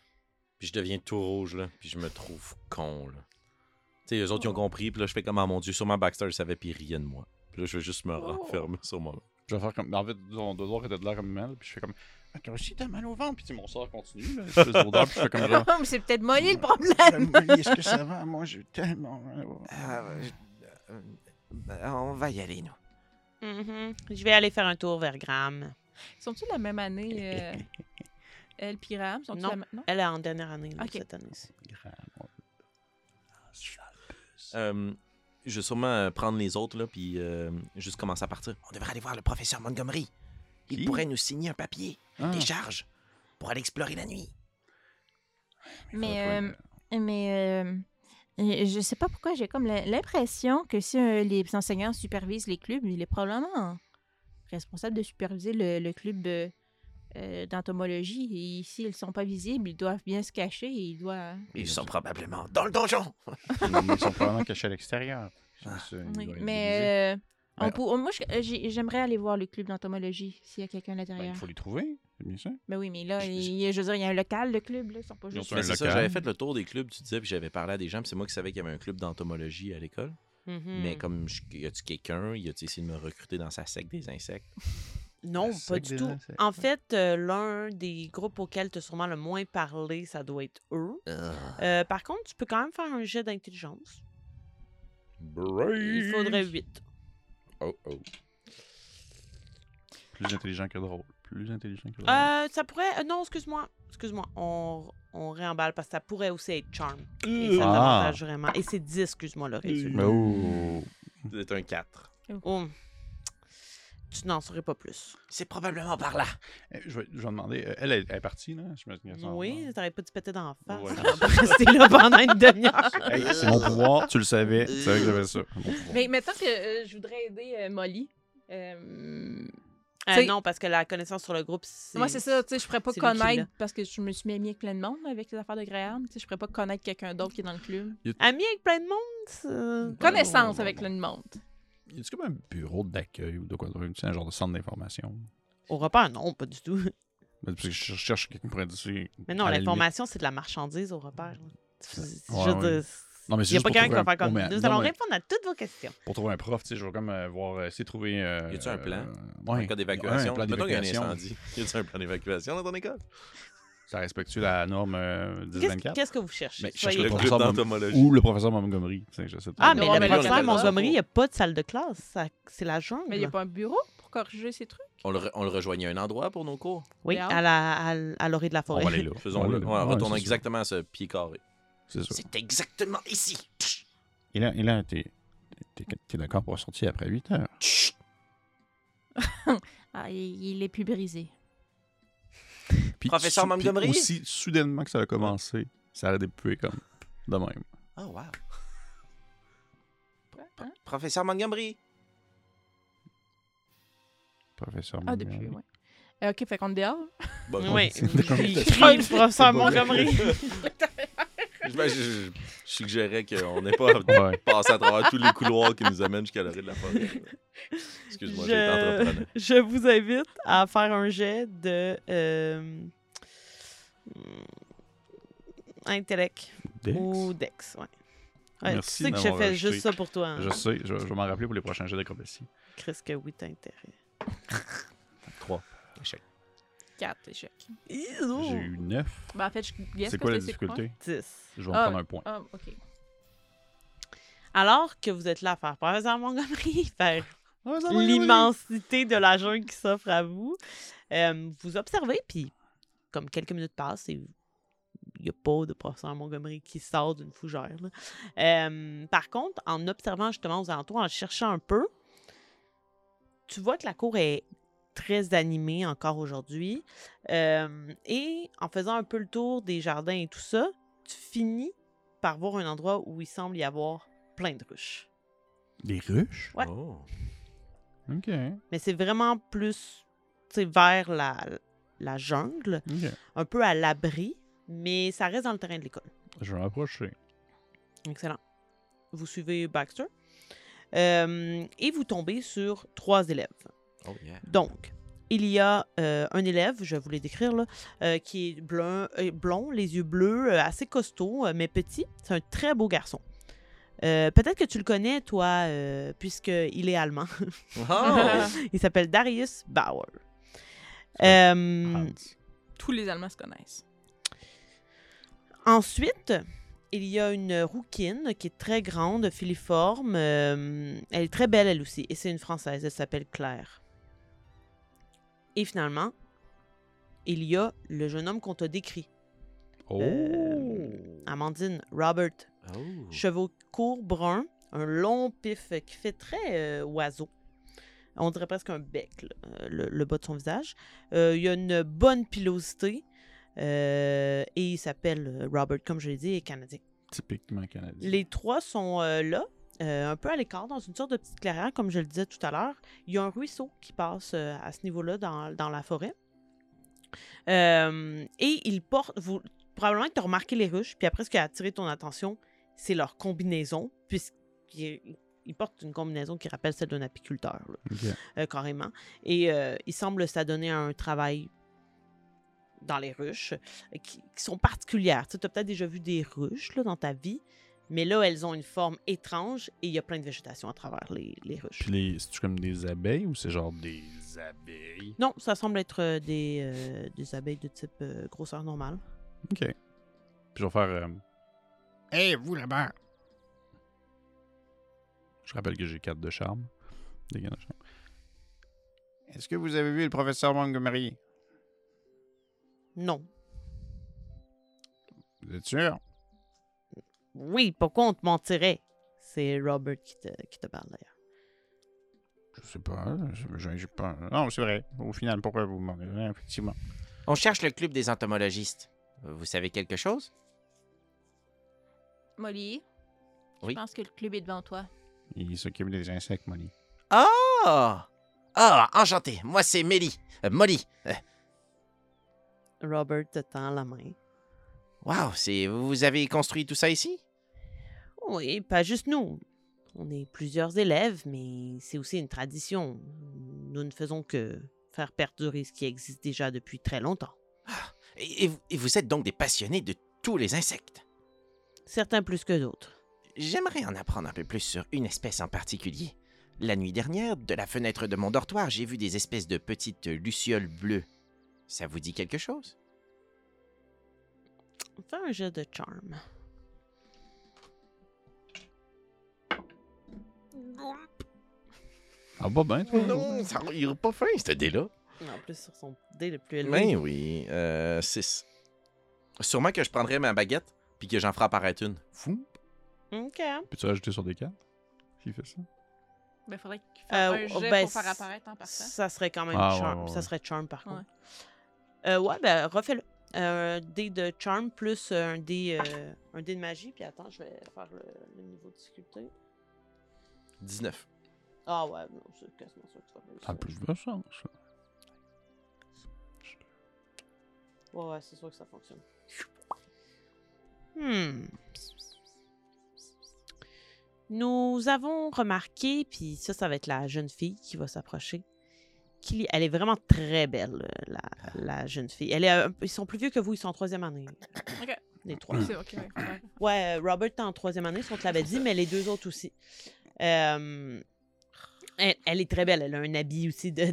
A: Puis je deviens tout rouge, là, puis je me trouve con. Là. Tu sais, eux autres, ils ont compris, puis là, je fais comme, ah mon Dieu, sûrement Baxter, il savait, puis il riait de moi. Puis là, je vais juste me renfermer sur moi-même.
C: Je vais faire comme. En fait, on doit voir que t'as de l'air comme mal, puis je fais comme. Ah, toi aussi, t'as mal au ventre, puis tu sais, mon sort continue, là, espèce d'odeur, puis je fais comme genre.
F: mais c'est peut-être Molly le problème!
C: Marie, Est-ce que ça va? Moi, j'ai tellement. mal au ventre.
E: Ah,
F: Ah,
E: euh, On va y aller, nous.
B: Mhm. Je vais aller faire un tour vers Graham.
D: Sont-ils la même année, euh, elle puis Graham? Sont-ils
B: Non.
D: la même- non?
B: Elle est en dernière année là,
D: Ok.
B: cette année-ci.
C: Grave.
F: Ah,
A: Euh, je vais sûrement euh, prendre les autres, là, puis euh, juste commencer à partir.
E: On devrait aller voir le professeur Montgomery. Il
C: Qui?
E: pourrait nous signer un papier,
C: Ah,
E: des charges, pour aller explorer la nuit.
F: Mais, euh,
C: faudrait pas-
F: Mais euh, je je sais pas pourquoi, j'ai comme la- l'impression que si euh, les enseignants supervisent les clubs, il est probablement responsable de superviser le, le club euh, euh, d'entomologie. Et s'ils sont pas visibles, ils doivent bien se cacher et ils doivent... hein.
E: Ils
C: Ils
E: sont
C: sont-
E: probablement dans le donjon.
C: euh, Ils sont probablement cachés à l'extérieur. Ils sont- ils doivent
F: Ah, Oui,
C: être déguisés.
F: mais euh, on
C: Ouais.
F: pour- moi, je- euh, j'ai- j'aimerais aller voir le club d'entomologie s'il y a quelqu'un à
C: Ben,
F: l'intérieur.
C: il faut les trouver, c'est bien ça.
F: Mais oui, mais là,
A: Je- je-
F: il- je veux dire, il y a un local, le club, là, ils sont pas
C: Ils ont
F: juste...
C: un
A: Mais c'est ça,
C: local.
A: j'avais fait le tour des clubs, tu disais, puis j'avais parlé à des gens, puis c'est moi qui savais qu'il y avait un club d'entomologie à l'école.
B: Mhm.
A: Mais comme, je- y a-tu quelqu'un, y a-tu essayé de me recruter dans sa secte des insectes?
B: Non,
C: La
B: pas
C: secte
B: du
C: des
B: tout.
C: insectes,
B: En
C: ouais.
B: fait, euh, l'un des groupes auxquels tu as sûrement le moins parlé, ça doit être eux. Euh, par contre, tu peux quand même faire un jet d'intelligence. Il
D: Mm-hmm.
B: faudrait 8.
A: Oh, oh.
B: Ah.
C: Plus intelligent que drôle. Plus intelligent que drôle.
B: Euh, ça pourrait. euh, non, excuse-moi. Excuse-moi. On, on réemballe parce que ça pourrait aussi être charm. Et ça
C: Ah.
B: t'avantage vraiment. Et c'est 10, excuse-moi, le résultat.
C: Oh.
A: Mm. C'est un 4.
D: Mm.
B: Oh. Tu n'en saurais pas plus.
E: C'est probablement par là.
C: Eh, Je vais, je vais demander. euh, Elle, elle est partie, là? Je me souviens ça.
B: Oui, t'aurais pas dû péter dans la face.
C: Ouais.
B: Ça va pas rester là pendant une demi-heure.
C: Hey, c'est mon pouvoir, tu le savais. Tu savais que j'avais ça. Mon pouvoir.
D: Mais mettons que euh, je voudrais aider euh, Molly. Euh,
B: Euh,
D: T'sais-
B: non, parce que la connaissance sur le groupe, c'est.
D: Moi, c'est ça, tu sais, je ferais pas
B: c'est lui qui l'a.
D: connaître parce que je me suis mis amie avec plein de monde avec les affaires de Graham. Tu sais, je ferais pas connaître quelqu'un d'autre qui est dans le club.
B: Ami avec plein de monde. ça-
D: Connaissance avec plein de monde.
C: Y a-tu comme un bureau d'accueil ou de quoi? de même, tu sais, Un genre de centre d'information?
B: Au repas, non, pas du tout.
C: Parce que je cherche- je cherche quelqu'un pour être dessus.
B: Mais non,
C: à la limite.
B: l'information, c'est de la marchandise au repère.
C: Ouais, ouais. Non, mais
B: Il
C: c'est
B: n'y a
C: juste
B: pas
C: pour
B: quelqu'un qui va
C: trouver
B: faire
C: un-
B: comme.
C: Oh, mais-
B: Nous
C: non,
B: allons
C: mais-
B: répondre à toutes vos questions.
C: Pour trouver un prof, tu sais, je vais comme euh, voir, euh, essayer de trouver. euh,
A: Y a-tu un plan?
C: euh,
A: Un
C: ouais,
A: cas
C: ouais,
A: d'évacuation.
C: Un plan
A: Mettons qu'il y a un
C: d'évacuation.
A: incendie. Y a-tu un plan d'évacuation dans ton école?
C: Ça respecte-tu la norme euh,
B: Qu'est-ce
C: 10-24?
B: qu'est-ce que vous cherchez
C: Mais je
B: Soyez
C: cherche le
B: francs.
C: club professeur
A: d'entomologie.
C: Ou le professeur Montgomery? tu sais, je sais pas.
B: Ah, mais
D: Non, mais là,
B: le
D: on est
B: professeur
D: dans le
B: Montgomery, il
A: cours.
B: n'y a pas de salle de classe. ça- C'est la jungle.
D: Mais il n'y a pas un bureau pour corriger ces trucs.
A: On le, re- on le rejoignait à un endroit pour nos cours.
B: Oui,
D: Léa?
B: à la- à l- à l'orée de la
C: On va
B: forêt.
C: aller là.
A: Faisons-le.
C: On
A: Ouais,
C: va aller là.
A: retournons
C: Ouais, c'est sûr.
A: exactement à ce pied carré.
C: C'est sûr.
E: C'est exactement ici. Tch,
C: Et là, et là t'es, t'es, t'es d'accord pour sortir après 8 heures.
E: tch.
F: Ah, il, il est plus brisé.
C: Puis
E: Professeur
C: sou- puis
E: Montgomery?
C: aussi soudainement que ça a commencé, ça a dépué comme de même.
E: Oh, wow. Professeur Montgomery.
C: Professeur
D: Ah,
C: Montgomery.
D: depuis, oui. ok, fait qu'on est dehors.
A: Bon,
B: Oui,
C: C'est drôle.
B: il crie le professeur
C: C'est bon.
B: Montgomery.
A: je, je- je- je suggérais qu'on n'ait pas
C: Ouais.
A: passé à travers tous les couloirs qui nous amènent jusqu'à l'orée de la forêt. Excuse-moi, j'ai été
B: Je...
A: entrepreneur.
B: je vous invite à faire un jet de. euh, hum, Intellect
C: Dex.
B: ou Dex. Ouais. Ouais,
C: Merci
B: tu sais que je
C: d'avoir
B: fais
C: acheté.
B: juste ça pour toi. hein.
C: Je sais, je, je vais m'en rappeler pour les prochains jeux d'acrobatie.
B: Chris, que oui, t'as intérêt.
A: 3.
D: Quatre échecs.
C: J'ai
B: J'ai
C: eu 9.
D: Ben, en fait, je guess
C: c'est
D: parce
C: quoi la
D: que c'est quoi?
C: difficulté?
B: 10.
C: Je vais me
D: Ah,
C: prendre un point.
D: Ah, ok.
B: Alors que vous êtes là à faire peur à Montgomery, faire
C: Ah, ça va,
B: l'immensité de la jungle qui s'offre à vous, euh, vous observez, puis comme quelques minutes passent, et il n'y a pas de professeur Montgomery qui sort d'une fougère. là. Euh, par contre, en observant justement aux alentours, en cherchant un peu, tu vois que la cour est très animée encore aujourd'hui. Euh, et en faisant un peu le tour des jardins et tout ça, tu finis par voir un endroit où il semble y avoir plein de ruches.
C: Des ruches?
B: Ouais.
A: Oh.
C: Ok.
B: Mais c'est vraiment plus tu sais, vers la, la jungle,
C: ok.
B: un peu à l'abri, mais ça reste dans le terrain de l'école.
C: Je vais m'approcher.
B: Excellent. Vous suivez Baxter. Euh, et vous tombez sur trois élèves.
A: Oh, yeah.
B: Donc, il y a euh, un élève, je vais vous les décrire, là, euh, qui est blond, euh, blond, les yeux bleus, euh, assez costaud, euh, mais petit. C'est un très beau garçon. Euh, Peut-être que tu le connais, toi, euh, puisqu'il est allemand.
A: Oh!
B: Il s'appelle Darius Bauer.
C: C'est
D: Hmm.
C: Ah,
B: Euh,
C: Hans.
D: Tous les Allemands se connaissent.
B: Ensuite, il y a une rouquine qui est très grande, filiforme. euh, elle est très belle, elle aussi. Et c'est une Française. Elle s'appelle Claire. Et finalement, il y a le jeune homme qu'on t'a décrit.
C: Oh!
B: Euh, Amandine Robert
A: Oh.
B: chevaux courts bruns, un long pif qui fait très euh, oiseau. On dirait presque un bec, là, euh, le, le bas de son visage. Euh, il a une bonne pilosité euh, et il s'appelle Robert, comme je l'ai dit, et canadien.
C: Typiquement canadien.
B: Les trois sont euh, là, euh, un peu à l'écart, dans une sorte de petite clairière, comme je le disais tout à l'heure. Il y a un ruisseau qui passe euh, à ce niveau-là dans, dans la forêt. Euh, et ils portent. Vous, probablement que tu as remarqué les ruches, puis après, ce qui a attiré ton attention, c'est leur combinaison, puisqu'ils ils portent une combinaison qui rappelle celle d'un apiculteur. là
C: Ok.
B: euh, carrément. Et euh, ils semblent s'adonner à un travail dans les ruches euh, qui, qui sont particulières. Tu as peut-être déjà vu des ruches là, dans ta vie, mais là, elles ont une forme étrange et il y a plein de végétation à travers les, les ruches.
C: Puis les, c'est-tu comme des abeilles ou c'est genre des abeilles?
B: Non, ça semble être euh, des, euh, des abeilles de type euh, grosseur normale.
C: Ok. Puis je vais faire. euh, Hey, vous là-bas! Je rappelle que j'ai 4 de charme. Des gains de charme. Est-ce que vous avez vu le professeur Montgomery?
B: Non.
C: Vous êtes sûr?
B: Oui, pourquoi on te mentirait? C'est Robert qui te, qui te parle d'ailleurs.
C: Je sais pas. hein. je- je- J'ai pas. Non, c'est vrai. Au final, pourquoi vous m'en avez effectivement?
E: On cherche le club des entomologistes. Vous savez quelque chose?
F: Molly,
E: Oui.
F: je pense que le club est devant toi.
C: Il s'occupe des insectes, Molly.
E: Ah! Ah, enchanté. Moi, c'est Mélie. Euh, Molly. Euh,
B: Robert te tend la main.
E: Wow, c'est... Vous avez construit tout ça ici?
B: Oui, pas juste nous. On est plusieurs élèves, mais c'est aussi une tradition. Nous ne faisons que faire perdurer ce qui existe déjà depuis très longtemps.
E: Et, et vous- et vous êtes donc des passionnés de tous les insectes.
B: Certains plus que d'autres.
E: J'aimerais en apprendre un peu plus sur une espèce en particulier. La nuit dernière, de la fenêtre de mon dortoir, j'ai vu des espèces de petites lucioles bleues. Ça vous dit quelque chose?
B: Fais un jet de charme.
C: Ah, bah ben, toi.
E: ça n'aurait pas fin, ce dé-là.
B: En plus, sur son dé le
E: Eh
B: plus
A: Ben
B: élevé.
A: oui, euh, 6. Sûrement que je prendrais ma baguette puis que j'en ferais apparaître une. Fou.
B: Ok. hein,
C: Peux-tu rajouter sur des cartes? Qui fait ça?
D: Ben, faudrait qu'il
B: Euh,
D: fasse un jet
B: ben,
D: pour faire apparaître en partant.
B: Ça serait quand même
C: Ah, ouais,
B: charme.
C: ouais, ouais.
B: Ça serait charme, par
D: Ouais.
B: contre. Euh, ouais, ben refais-le. Euh, un dé de charme plus un dé, euh, un dé de magie. Puis attends, je vais faire le, le niveau de difficulté.
A: 19.
B: Ah ouais, non, c'est quasiment sûr que tu vas réussir.
C: Ça a Ah, plus de sens. ça.
B: Ouais, ouais, c'est sûr que ça fonctionne. Hmm. Nous avons remarqué, puis ça, ça va être la jeune fille qui va s'approcher. qu'il y- Elle est vraiment très belle, euh,
A: Ah.
B: la, la jeune fille. Elle est, un peu- ils sont plus vieux que vous, ils sont en troisième année.
D: Ok.
B: Les trois.
D: C'est ok. ouais, ouais.
B: Ouais, euh, Robert est en troisième année, si on te l'avait dit, mais les deux autres aussi. Euh, elle, elle est très belle. Elle a un habit aussi de-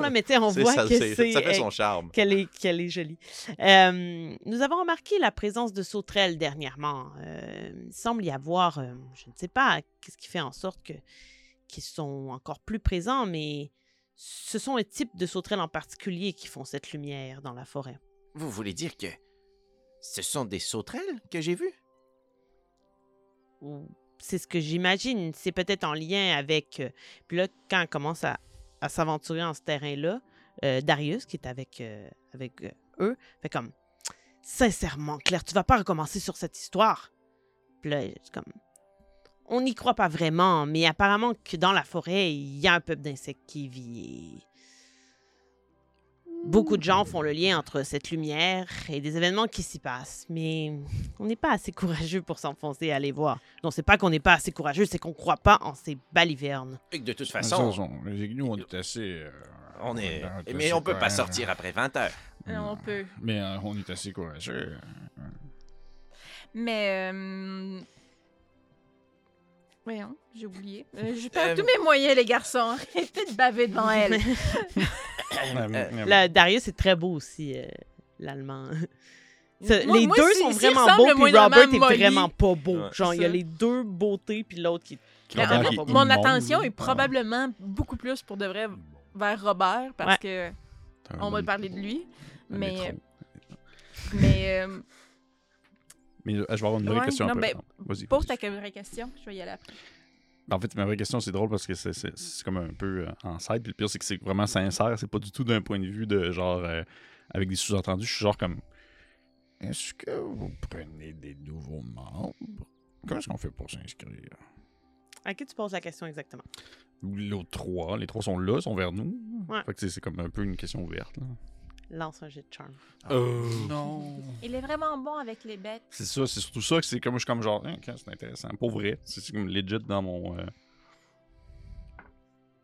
B: là, mais tu sais, on
A: C'est-
B: voit
A: ça,
B: que
A: c'est-
B: c'est...
A: ça fait
B: elle-
A: son charme.
B: qu'elle est, qu'elle est jolie. Euh, nous avons remarqué la présence de sauterelles dernièrement. Euh, il semble y avoir, euh, je ne sais pas, qu'est-ce qui fait en sorte que qu'ils sont encore plus présents, mais ce sont un type de sauterelles en particulier qui font cette lumière dans la forêt.
E: Vous voulez dire que ce sont des sauterelles que j'ai vues?
B: Ou c'est ce que j'imagine. C'est peut-être en lien avec. euh, puis là, quand on commence à, à s'aventurer en ce terrain-là, euh, Darius, qui est avec, euh, avec euh, eux, fait comme Sincèrement, Claire, tu vas pas recommencer sur cette histoire. Puis là, c'est comme. On n'y croit pas vraiment, mais apparemment que dans la forêt, il y a un peuple d'insectes qui vit. et Beaucoup de gens font le lien entre cette lumière et des événements qui s'y passent, mais on n'est pas assez courageux pour s'enfoncer et aller voir. Non, c'est pas qu'on n'est pas assez courageux, c'est qu'on croit pas en ces balivernes.
E: Et que de toute
C: Ah,
E: façon,
C: ça, on- nous, on est assez. euh,
E: on est...
C: assez
E: Mais on peut pas
C: cohérent.
E: sortir après 20 heures.
D: Non, on
B: Ah.
D: peut.
C: Mais euh, on est assez
D: Euh,
C: courageux.
F: Mais. euh, Voyons, j'ai oublié. Euh, je perds
E: Euh,
F: tous mes moyens, les garçons. Arrêtez de baver devant elle.
E: Euh,
C: Ah
B: Là, Darius est très beau aussi, euh, l'allemand. Ça,
F: Moi-
B: les
F: moi,
B: deux
F: si-
B: sont
F: s'il
B: vraiment
F: ressemble
B: beaux, puis
F: moyennement à
B: Robert est
F: Molly,
B: vraiment pas beau.
A: Ouais.
B: Genre, il y a
D: Ça.
B: les deux beautés, puis l'autre qui est
C: Mais
B: vraiment
C: Robert,
B: pas
C: il-
B: beau.
D: Euh, Mon
C: immonde,
D: attention
C: là.
D: est probablement beaucoup plus pour de vrai vers Robert parce que
C: Ah,
F: euh,
D: euh, on va parler de lui. Mais, mais, euh,
C: Mais euh, je vais avoir une vraie
F: Ouais,
C: question
F: non,
C: après.
F: ben,
C: Vas-y.
F: Pose
C: vas-y. Ben,
F: ta vraie question, je vais y aller après.
C: En fait, ma vraie question, c'est drôle parce que c'est- c'est c'est comme un peu euh, en side. Puis le pire, c'est que c'est vraiment sincère. C'est pas du tout d'un point de vue de genre. euh, avec des sous-entendus, je suis genre comme. Est-ce que vous prenez des nouveaux membres Comment est-ce qu'on fait pour s'inscrire
B: À qui tu poses la question exactement?
C: L'autre trois, les trois sont là, sont vers nous.
B: Ouais.
C: Fait que c'est- c'est comme un peu une question ouverte. là.
B: Lance un jet de charme.
C: Non
F: Il est vraiment bon avec les bêtes.
C: C'est ça, c'est surtout ça que c'est comme je suis comme genre, Hein, ok, c'est intéressant. Pour vrai, c'est c'est comme legit dans mon. euh,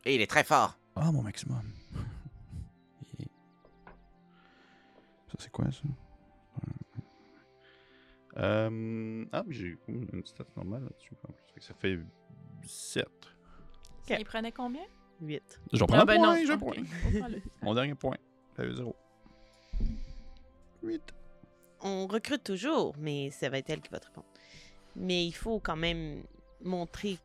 E: Et il est très fort.
C: Ah, mon maximum. Et- Ça, c'est quoi, ça? Euh... Ah, mais j'ai ouh, une stat normale là-dessus. en plus. Fait que Ça fait 7.
B: Ok.
F: Il prenait combien?
B: 8.
C: Je vais prendre un
D: ben
C: point,
D: non,
C: j'ai un
D: ok.
C: point.
D: Reprends-le.
C: Mon dernier point. E Ça fait 0. 8.
B: On recrute toujours, mais ça va être elle qui va te répondre. Mais il faut quand même montrer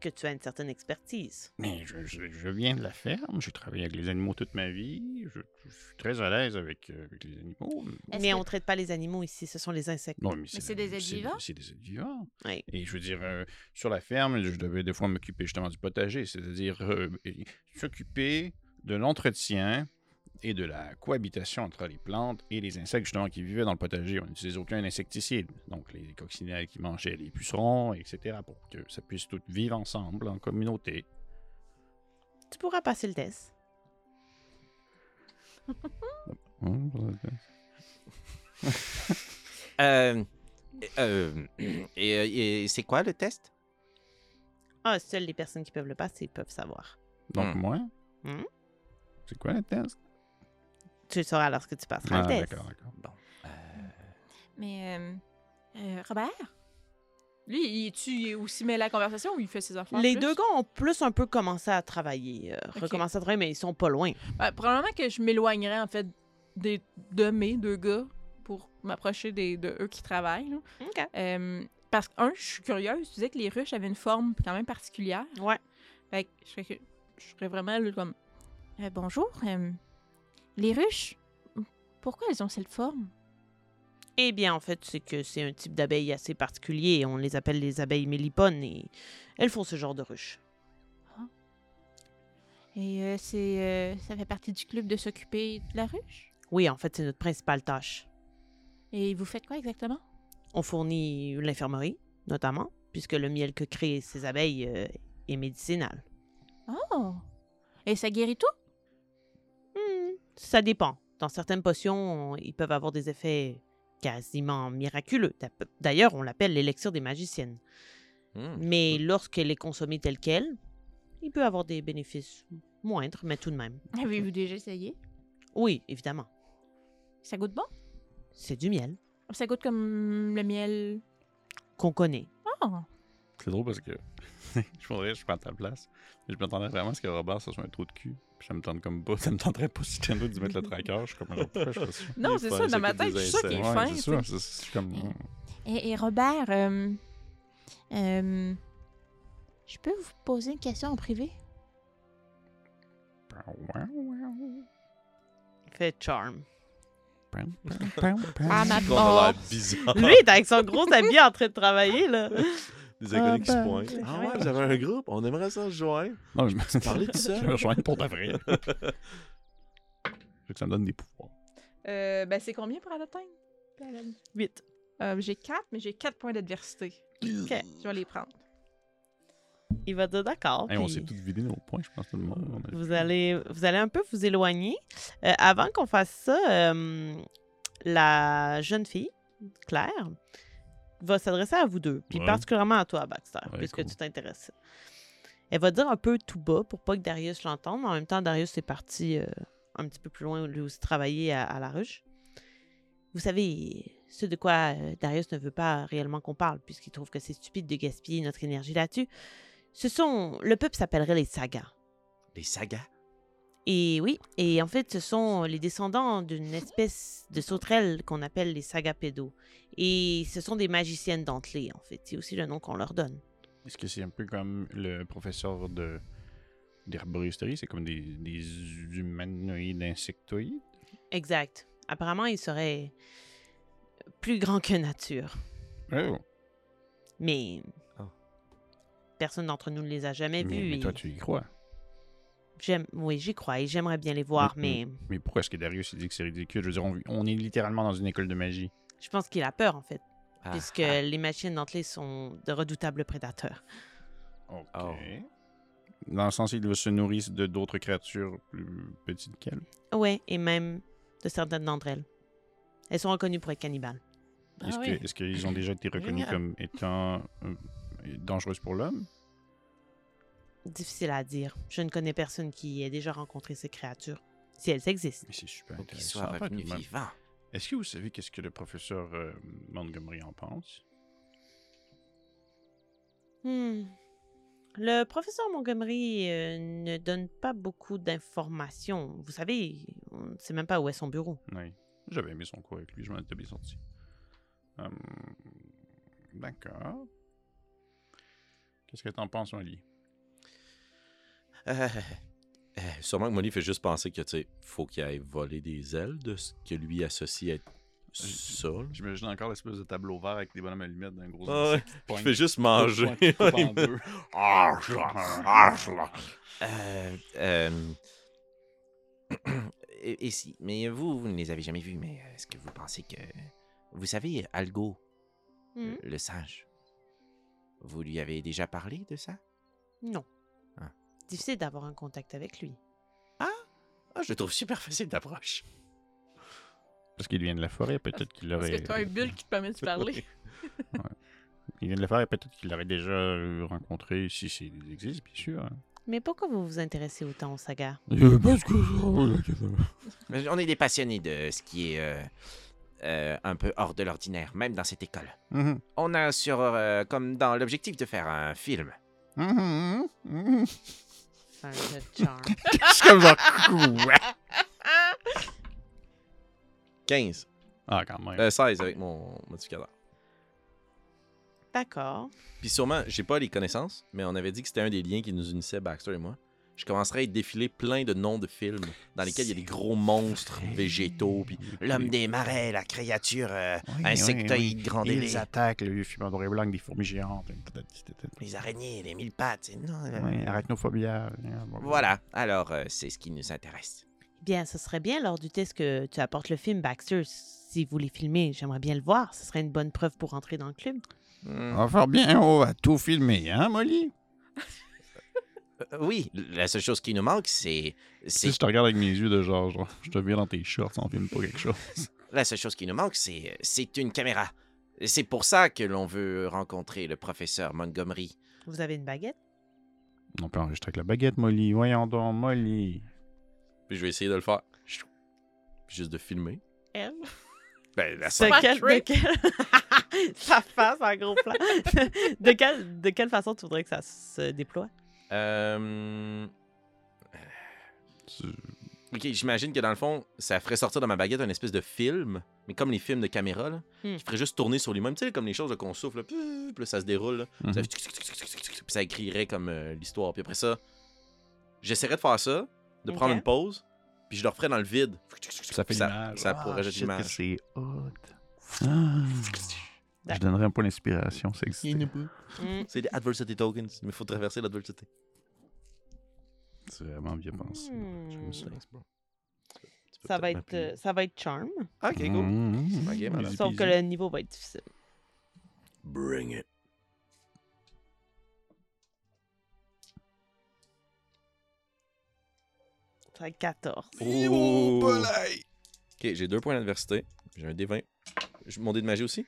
B: que tu as une certaine expertise.
C: Mais je, je- je viens de la ferme, j'ai travaillé avec les animaux toute ma vie, je, je suis très à l'aise avec, euh, avec les animaux.
F: Est-ce
B: Mais
F: que-
B: on traite pas les animaux ici, ce sont les insectes.
C: Non, mais c'est,
F: c'est des êtres
C: c'est-
F: vivants?
C: C'est des êtres vivants.
B: Oui.
C: Et je veux dire, euh, sur la ferme, je devais des fois m'occuper justement du potager, c'est-à-dire euh, et- s'occuper de l'entretien et de la cohabitation entre les plantes et les insectes justement qui vivaient dans le potager. On n'utilisait aucun insecticide, donc les coccinelles qui mangeaient les pucerons, etc., pour que ça puisse toutes vivre ensemble en communauté.
B: Tu pourras passer le test.
E: Euh, euh, et, euh, et c'est quoi le test?
B: Ah, seules les personnes qui peuvent le passer peuvent savoir.
C: Donc
E: Hmm.
C: moi,
B: Hmm.
C: c'est quoi le test?
B: Tu le sauras lorsque tu passeras
C: Ah,
B: le test.
C: d'accord, d'accord.
F: Mais euh, euh, Robert?
D: Lui, il tu il est aussi mêlé à la conversation ou il fait ses affaires?
B: Les
D: plus?
B: deux gars ont plus un peu commencé à travailler, euh,
D: Ok.
B: recommencer à travailler, mais ils sont pas loin.
D: Ben, probablement que je m'éloignerais en fait des, de mes deux gars pour m'approcher des- de eux qui travaillent. là.
B: OK.
D: Euh, parce que, un, je suis curieuse. Tu disais que les ruches avaient une forme quand même particulière.
B: Ouais.
D: Fait que je serais, cu- je serais vraiment là, comme.
F: Euh, bonjour. euh, les ruches, pourquoi elles ont cette forme?
B: Eh bien, en fait, c'est que c'est un type d'abeille assez particulier. On les appelle les abeilles mélipones et elles font ce genre de ruche.
F: Et euh, c'est, euh, ça fait partie du club de s'occuper de la ruche?
B: Oui, en fait, c'est notre principale tâche.
F: Et vous faites quoi exactement?
B: On fournit l'infirmerie, notamment, puisque le miel que créent ces abeilles euh, est médicinal.
F: Oh! Et ça guérit tout?
B: Hmm, ça dépend. Dans certaines potions, on- ils peuvent avoir des effets quasiment miraculeux. D'a- D'ailleurs, on l'appelle l'élixir des magiciennes.
A: Mmh.
E: Hmm.
B: Mais lorsqu'elle est consommée telle qu'elle, il peut avoir des bénéfices moindres, mais tout de même.
F: Avez-vous déjà essayé?
B: Oui, évidemment.
F: Ça goûte bon?
B: C'est du miel
F: Ça goûte comme le miel.
B: qu'on connaît.
F: Oh!
C: C'est drôle parce que je voudrais, je prends ta place. mais je m'attendais vraiment à ce que Robert, ça soit un trou de cul. Puis ça me tente comme pas. Ça me tenterait pas si Chandler dû mettre le tracker. Je suis comme un autre pourquoi je fais ça.
D: Non,
A: Il
D: c'est
A: fait-
D: ça,
A: c'est
D: dans ma
A: que des
D: tête, je suis sûre qu'il est
A: insectes.
D: fin.
C: Ouais, c'est
D: tu sais.
C: ça. c'est- Je suis comme. hmm.
F: Et, et Robert, euh, euh, je peux vous poser une question en privé?
B: Fait charm.
F: Ah, ma
A: On a
B: Oh.
A: l'air bizarre.
B: Lui, il est avec son gros habit en train de travailler, là.
A: Des inconnus qui se
B: ben,
A: pointent. Ah ouais, vous avez un groupe, on aimerait ça se joindre.
C: Non, mais je me
A: Parlez de
C: Je
A: ça.
C: vais rejoindre pour de vrai. Je veux que ça me donne des pouvoirs.
D: Euh, ben, c'est combien pour l'atteindre?
B: Huit.
D: Euh, j'ai 4, mais j'ai 4 points d'adversité.
B: OK.
D: Je vais les prendre.
B: Il va dire d'accord.
C: Hey, on
B: puis
C: s'est tous vidé nos points, je pense, tout le monde. On a-
B: vous, allez, vous allez un peu vous éloigner. Euh, avant qu'on fasse ça, euh, la jeune fille, Claire, va s'adresser à vous deux, puis
C: Ouais.
B: particulièrement à toi, Baxter,
C: Ouais,
B: puisque
C: cool.
B: tu t'intéresses. Elle va dire un peu tout bas pour pas que Darius l'entende. En même temps, Darius est parti euh, un petit peu plus loin, lui aussi travailler à, à la ruche. Vous savez, ce de quoi euh, Darius ne veut pas réellement qu'on parle, puisqu'il trouve que c'est stupide de gaspiller notre énergie là-dessus. Ce sont. Le peuple s'appellerait les sagas.
E: Les sagas?
B: Et oui, et en fait, ce sont les descendants d'une espèce de sauterelle qu'on appelle les sagapédos. Et ce sont des magiciennes dentelées, en fait. C'est aussi le nom qu'on leur donne.
C: Est-ce que c'est un peu comme le professeur de d'herboristerie? C'est comme des, des humanoïdes insectoïdes?
B: Exact. Apparemment, ils seraient plus grands que nature.
C: Oh.
B: Mais
A: Ah.
B: personne d'entre nous ne les a jamais
C: Mais,
B: vus.
C: mais
B: et
C: toi, tu y crois.
B: j'aime- Oui, j'y crois et j'aimerais bien les voir,
C: Mhm.
B: mais
C: Mais pourquoi est-ce que Darius il dit que c'est ridicule? Je veux dire, on, on est littéralement dans une école de magie.
B: je pense qu'il a peur en fait,
A: Ah,
B: puisque les machines dentelées sont de redoutables prédateurs.
C: OK.
E: Ah
A: Oh.
C: Dans le sens, ils se nourrissent de d'autres créatures plus petites qu'elles.
B: Ouais, et même de certaines d'entre elles. Elles sont reconnues pour être cannibales.
D: Ah
C: Est-ce que-
D: oui.
C: est-ce qu'ils ont déjà été reconnus comme
E: Génial.
C: étant euh, dangereuses pour l'homme?
B: Difficile à dire. Je ne connais personne qui ait déjà rencontré ces créatures, si elles existent.
C: Mais c'est super
E: Faut qu'il
C: intéressant,
E: soit
C: pas
E: revenu
C: tout de même.
E: vivant.
C: Est-ce que vous savez qu'est-ce que le professeur euh, Montgomery en pense?
B: Hmm. Le professeur Montgomery euh, ne donne pas beaucoup d'informations. Vous savez, on ne sait même pas où est son bureau.
C: Oui. J'avais aimé son cours avec lui, je m'en étais bien sorti. Hum, D'accord. Qu'est-ce que t'en penses, Oli?
A: Euh, euh, sûrement que Molly fait juste penser que, tu sais, faut qu'il aille voler des ailes de ce que lui associe à être ça. là.
C: J'imagine encore l'espèce de tableau vert avec des bonhommes à lumière d'un gros.
A: Ah ouais, je fais juste manger.
E: Euh, euh, et, et si, mais vous, vous ne les avez jamais vus, mais est-ce que vous pensez que... Vous savez, Algo,
B: Hmm?
E: le- le singe, vous lui avez déjà parlé de ça?
B: Non.
E: Ah.
B: Difficile d'avoir un contact avec lui.
E: Ah, je le trouve super facile d'approche.
C: Parce qu'il vient de la forêt, peut-être qu'il
D: Parce
C: l'aurait.
D: que t'as un bulle qui te permet de parler.
C: Il vient de la forêt, peut-être qu'il l'aurait déjà euh, rencontré, si c'est- il existe, bien sûr. hein.
B: Mais pourquoi vous vous intéressez autant aux sagas
E: Mais On est des passionnés de ce qui est euh, euh, un peu hors de l'ordinaire, même dans cette école.
C: Mhm.
E: On a sur, euh, comme dans l'objectif de faire un film.
C: Mhm. Mhm.
B: Enfin, le charme.
C: C'est comme genre quoi?
A: 15.
C: Ah, quand même.
A: Euh, 16 avec mon modificateur.
B: D'accord.
A: Puis sûrement, j'ai pas les connaissances, mais on avait dit que c'était un des liens qui nous unissait, Baxter et moi. Je commencerai à défiler plein de noms de films dans lesquels il y a des gros monstres végétaux. Puis
E: L'homme des marais, la créature euh,
C: Oui, oui,
E: insectoïde grand
C: Et
E: délai.
C: les attaques, le film en noir et blanc, des fourmis géantes.
E: Les araignées, les mille pattes. Non, euh,
C: Ouais, hein, arachnophobia.
E: Voilà, alors euh, c'est ce qui nous intéresse.
B: Eh Bien, ce serait bien lors du test que tu apportes le film Baxter. Si vous les filmez, j'aimerais bien le voir. Ce serait une bonne preuve pour rentrer dans le club.
E: Hmm.
C: On va faire bien, on va tout filmer, hein, Molly?
E: Euh, Oui, la seule chose qui nous manque, c'est...
C: Si
E: c'est-
C: je te regarde avec mes yeux de genre, genre, je te viens dans tes shorts, on filme pas quelque chose.
E: La seule chose qui nous manque, c'est c'est une caméra. C'est pour ça que l'on veut rencontrer le professeur Montgomery.
B: Vous avez une baguette?
C: On peut enregistrer avec la baguette, Molly. Voyons donc, Molly.
A: Puis je vais essayer de le faire. Chou. Puis juste de filmer.
B: Elle?
E: Ben, la
B: De
D: Smack
B: quelle, de
D: Rick.
B: quelle- ça passe en gros plan. de, quelle, de quelle façon tu voudrais que ça se déploie?
A: Euh...
C: Tu-
A: Ok, j'imagine que dans le fond, ça ferait sortir de ma baguette un espèce de film, mais comme les films de caméra, là,
B: Hmm.
A: qui ferait juste tourner sur lui-même. Tu sais, comme les choses là, qu'on souffle, là, puis là, ça se déroule, là.
C: Mhm.
A: Ça fait tic, tic, tic, tic, tic, tic, tic, puis ça écrirait comme euh, l'histoire. Puis après ça, j'essaierais de faire ça, de prendre
B: Ok.
A: une pause, puis je le referais dans le vide.
C: Ça fait
A: ça,
C: l'image.
A: ça
C: Ah,
A: pourrait jeter
C: shit, que
A: l'image.
C: C'est Ah. hot. Ah. Je donnerais un point d'inspiration, c'est existait.
A: C'est des adversity tokens, mais il faut traverser l'adversité.
C: C'est vraiment bien pensé.
B: Hmm.
C: J'aime ça.
A: Thanks, bro. Tu peux
B: Ça
A: peut-être
B: va, être,
A: m'appuyer.
B: euh, ça va être charm,
A: Ah,
E: Hmm.
A: Ok, cool.
C: Mmh.
A: Ok, voilà.
C: Easy
B: sauf que
C: peasy.
B: le niveau va être difficile.
A: Bring it.
B: Ça va être 14.
A: Oh. Ok, j'ai deux points d'adversité. J'ai un D20. Je- Mon dé de magie aussi?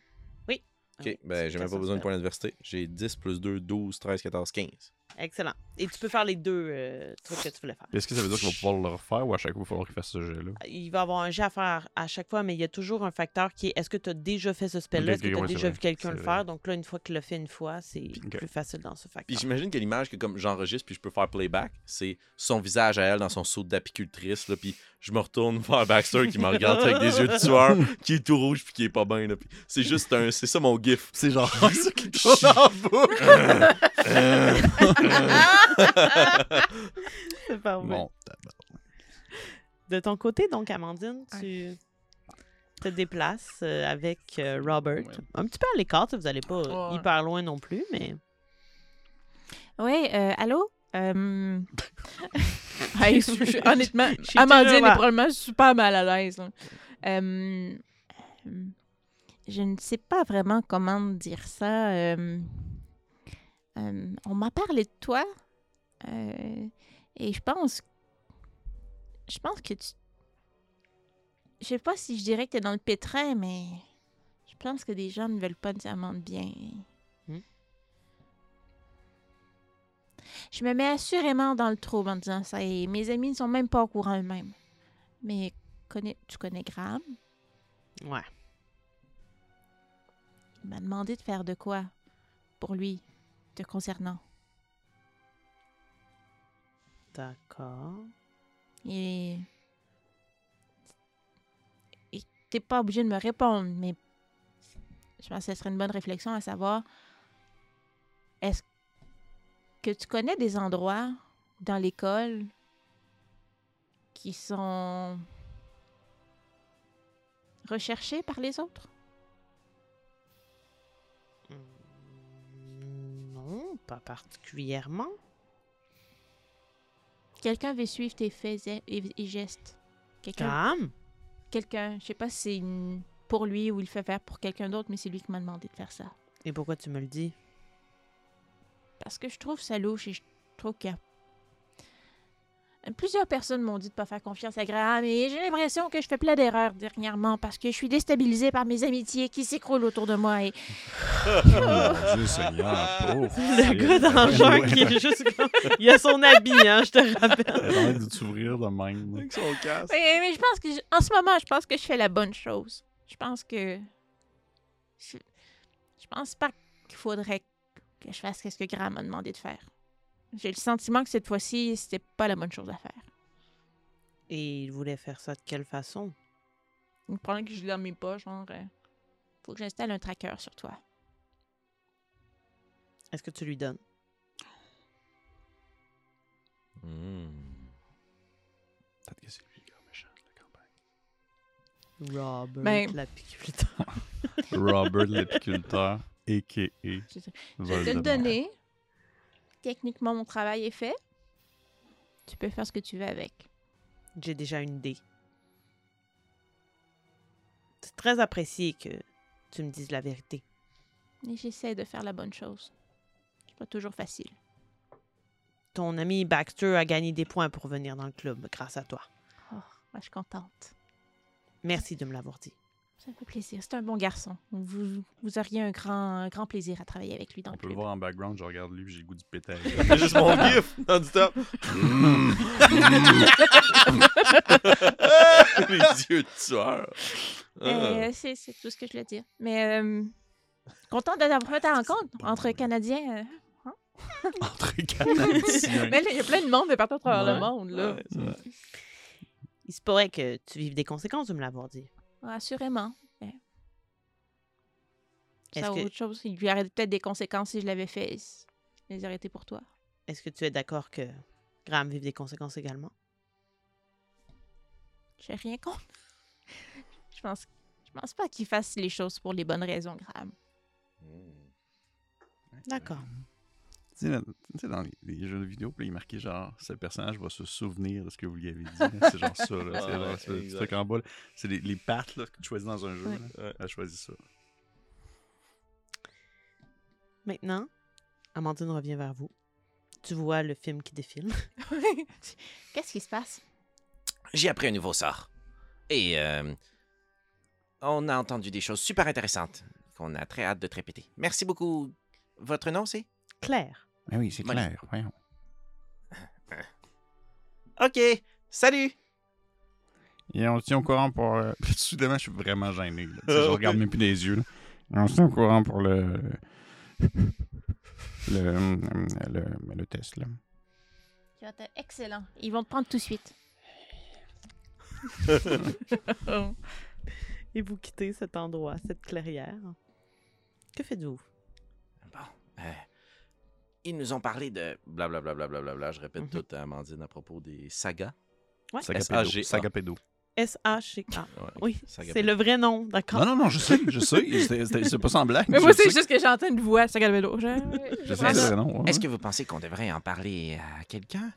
B: Ah
A: Ok,
B: oui,
A: ben
B: c'est
A: j'ai même pas
B: 14,
A: besoin de points d'adversité. J'ai 10 plus 2, 12, 13, 14, 15.
B: Excellent. Et tu peux faire les deux euh, trucs que tu voulais faire.
C: Est-ce que ça veut dire qu'on va pouvoir le refaire ou à chaque fois il va falloir qu'il fasse ce jeu-là?
B: Il va avoir un jet à faire à chaque fois, mais il y a toujours un facteur qui est est-ce que tu as déjà fait ce spell-là
C: Ok,
B: Est-ce que
C: ok,
B: tu as
C: ouais, c'est
B: déjà
C: vrai,
B: vu quelqu'un
C: c'est
B: le
C: vrai.
B: faire Donc là, une fois qu'il l'a fait une fois, c'est
C: Ok.
B: plus facile dans ce
A: Puis
B: facteur.
A: j'imagine que l'image que comme j'enregistre puis je peux faire playback, c'est son visage à elle dans son saut d'apicultrice là, puis je me retourne vers Baxter qui me regarde avec des yeux de tueur, qui est tout rouge puis qui est pas bien là. Puis c'est juste un c'est ça mon gif.
C: C'est genre.
A: ça qui tourne en boucle.
B: C'est
C: Oh
B: parfait.
C: Bon,
B: De ton côté, donc, Amandine, tu. te déplaces euh, avec euh, Robert.
C: Ouais.
B: Un petit peu à l'écart, tu sais, vous allez pas
D: Ouais.
B: hyper loin non plus, mais
F: Oui, euh, allô? Euh,
D: Hey, je- je- honnêtement,
B: Je suis
D: Amandine
B: tellement-
D: est probablement super mal à l'aise. là.
F: euh, euh, je ne sais pas vraiment comment dire ça. euh, euh, on m'a parlé de toi. euh, et je pense... Je pense que tu... Je sais pas si je dirais que t'es dans le pétrin, mais... Je pense que des gens ne veulent pas nécessairement de bien.
B: Hmm.
F: Je me mets assurément dans le trou en disant ça et mes amis ne sont même pas au courant eux-mêmes. Mais connais, tu connais Graham?
B: ouais.
F: Il m'a demandé de faire de quoi pour lui, te concernant.
B: D'accord.
F: Et. et T'es pas obligé de me répondre, mais je pense que ce serait une bonne réflexion à savoir est-ce que tu connais des endroits dans l'école qui sont recherchés par les autres?
B: Mm, Non, pas particulièrement.
F: Quelqu'un veut suivre tes faits et, et gestes. Quelqu'un
B: Graham?
F: quelqu'un. Je sais pas si c'est une- pour lui ou il fait faire pour quelqu'un d'autre, mais c'est lui qui m'a demandé de faire ça.
B: Et pourquoi tu me le dis?
F: Parce que je trouve ça louche et je trouve que. Plusieurs personnes m'ont dit de pas faire confiance à Graham et j'ai l'impression que je fais plein d'erreurs dernièrement parce que je suis déstabilisée par mes amitiés qui s'écroulent autour de moi et
C: Mon Dieu Seigneur, pauvre.
B: Le gars d'argent qui est juste comme... Il a son habit, hein, je te rappelle.
C: Elle a l'air de t'ouvrir de même.
A: Avec son casque.
F: Oui, mais je pense que je- en ce moment, je pense que je fais la bonne chose. Je pense que je, je pense pas qu'il faudrait que je fasse ce que Graham m'a demandé de faire. J'ai le sentiment que cette fois-ci, c'était pas la bonne chose à faire.
B: Et il voulait faire ça de quelle façon?
F: Le problème que je l'ai dans mes pas, genre euh, faut que j'installe un tracker sur toi.
B: Est-ce que tu lui donnes?
A: Hmm.
C: Peut-être que c'est lui le gars méchant de la campagne.
B: Robert
D: Ben-
B: la piqûre.
C: Robert l'apiculteur, a.k.a.
F: C'est ça. Je vais te le
C: Voldemort.
F: donner. Techniquement, mon travail est fait. Tu peux faire ce que tu veux avec.
B: J'ai déjà une idée. C'est très apprécié que tu me dises la vérité.
F: Mais j'essaie de faire la bonne chose. C'est pas toujours facile.
B: Ton ami Baxter a gagné des points pour venir dans le club grâce à toi.
F: Oh, moi, je suis contente.
B: Merci de me l'avoir dit.
F: Ça me fait plaisir. C'est un bon garçon. Vous, vous auriez un grand, un grand plaisir à travailler avec lui dans
C: On
F: le
C: peut le
F: club.
C: voir en background, je regarde lui, puis j'ai le goût du pétard.
A: C'est juste mon gif non-stop. Les yeux de tueur. Ah.
F: Euh, c'est, c'est tout ce que je voulais dire. Mais euh, content d'avoir fait ta rencontre
C: pas
F: entre
C: mal.
F: Canadiens. euh. Ben,
C: Entre Canadiens.
D: Mais là, il y a plein de monde de partout à travers
C: Ouais.
D: le monde. Là.
B: Il se pourrait que tu vives des conséquences de me l'avoir dit.
F: Ouais, assurément. Mais
B: Est-ce
F: Ça ou
B: que-
F: autre chose. Il lui aurait peut-être des conséquences si je l'avais fait. Je les aurais été pour toi.
B: Est-ce que tu es d'accord que Graham vive des conséquences également?
F: J'ai rien contre. je pense je pense pas qu'il fasse les choses pour les bonnes raisons, Graham.
B: D'accord.
C: Tu sais, dans- tu sais, dans les, les jeux de vidéo, puis là, il est marqué genre, ce personnage va se souvenir de ce que vous lui avez dit. là. C'est genre ça, là. C'est
A: Ouais,
C: genre ce petit
A: exact.
C: truc en bas. là. C'est les, les pattes là, que tu choisis dans un jeu.
F: Ouais.
C: là.
A: Ouais.
C: Elle choisit ça.
B: Maintenant, Amandine revient vers vous. Tu vois le film qui défile.
F: Qu'est-ce qui se passe?
E: J'ai appris un nouveau sort. Et euh, on a entendu des choses super intéressantes qu'on a très hâte de te répéter. Merci beaucoup. Votre nom, c'est
B: Claire.
C: Mais Ben oui, c'est
E: Ouais. clair,
C: voyons.
E: OK. Salut.
C: Et on se tient au courant pour. euh, Soudainement, je suis vraiment gêné. là. Tu sais, Je regarde même plus des yeux. là. Et on se tient au courant pour le. Le, le, le, le test. Là.
F: Tu vas être excellent. Ils vont te prendre tout de suite.
B: Et vous quittez cet endroit, cette clairière. Que faites-vous?
E: Bon. euh, ils nous ont parlé de blablabla. Je répète
B: Mhm.
E: tout à Amandine à propos des sagas.
B: Ouais.
C: Saga
A: S.A.G.A..
C: pédo. Saga pédo.
B: S-H-C-K.
A: Ouais,
B: Ah, Oui,
A: Sagapay.
B: c'est le vrai nom, d'accord?
C: Non, non, non, je sais, je sais. C'était- c'était- C'est pas sans blague.
D: Mais moi,
C: je sais
D: c'est juste que j'entends une voix, ça calme l'eau.
C: Je sais
E: Est-ce-
C: c'est non. hein. ouais.
E: Est-ce que vous pensez qu'on devrait en parler à quelqu'un?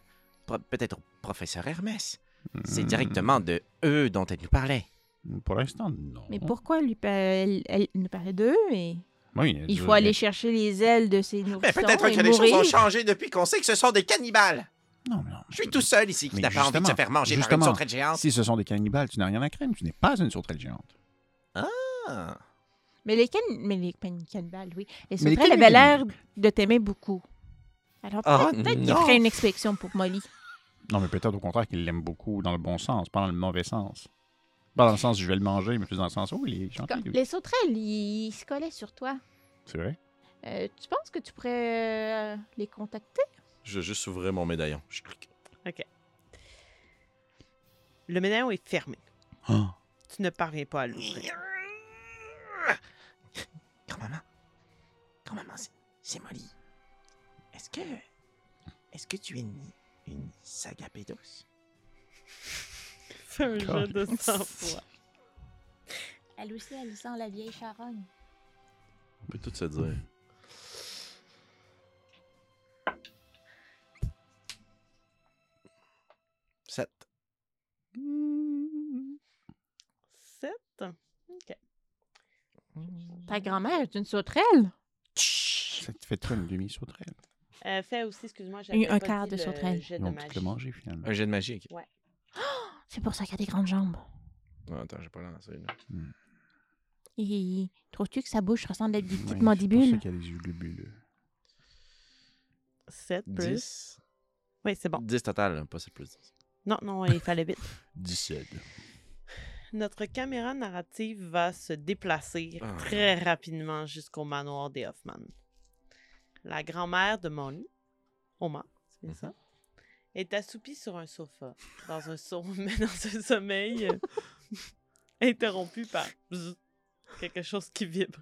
E: Pro- Peut-être au professeur Hermès. C'est
C: Hmm,
E: directement de eux dont elle nous parlait.
C: Mm, Pour l'instant, non.
F: Mais pourquoi lui pa- elle, elle nous parlait d'eux et
C: Oui,
F: il faut aller chercher les ailes de ces nourrissons
E: Ben,
F: et mourir.
E: changé depuis qu'on sait que ce sont des cannibales.
C: Non, non.
E: seul ici
C: Mais justement, justement.
E: géante.
C: Si ce sont des cannibales, tu n'as rien à craindre. Tu n'es pas une sauterelle géante.
E: Ah.
F: Mais les, can... mais les can... cannibales, oui. Les
C: Mais les
F: sauterelles avaient l'air
C: cannibales-
F: de t'aimer beaucoup. Alors
E: Ah,
F: peut-être peut-être qu'il
E: non.
F: ferait une inspection pour Molly.
C: Non, mais peut-être au contraire qu'ils l'aiment beaucoup dans le bon sens, pas dans le mauvais sens. Pas dans le sens je vais le manger, mais plus dans le sens oh, il est gentil.
F: Quand- Les sauterelles, ils ils se collaient sur toi.
C: C'est vrai.
F: Euh, tu penses que tu pourrais euh, les contacter?
A: Je vais juste ouvrir mon médaillon. Je clique.
B: Le médaillon est fermé.
C: Ah.
B: Tu ne parviens pas à l'ouvrir.
E: Grand-maman. Grand-maman, c'est- c'est Molly. Est-ce que. Est-ce que tu es une, une sagapédos?
B: Fais un jeu de sang-froid.
F: Elle aussi, elle sent la vieille charogne.
A: On peut tout se dire.
E: Sept.
C: Mm.
B: Sept.
F: Ta grand-mère est une sauterelle?
C: Ça te fait toi une demi-sauterelle.
B: Euh, fais aussi, excuse-moi, j'ai
F: Un- un quart de sauterelle.
B: Jet
C: Ils
B: de
C: vont tout le
B: magie.
C: manger finalement.
A: Un jet de magie. ok.
F: C'est pour ça qu'elle a des grandes jambes.
A: Non, attends, j'ai pas lancé. là.
F: Et trouves-tu que sa bouche ressemble à des
C: Ouais,
F: petites
C: c'est pour ça
F: mandibules?
C: qu'il y a des yeux globuleux.
B: Sept plus.
A: 10.
B: Oui, c'est bon.
A: 10 total, là, pas 7 plus 10.
B: Non, non, il fallait vite.
C: 17.
B: Notre caméra narrative va se déplacer
A: Ah.
B: très rapidement jusqu'au manoir des Hoffman. La grand-mère de Molly, Oma, c'est bien ça, est assoupie sur un sofa, dans un, so- mais dans un sommeil euh, interrompu par bzz, quelque chose qui vibre.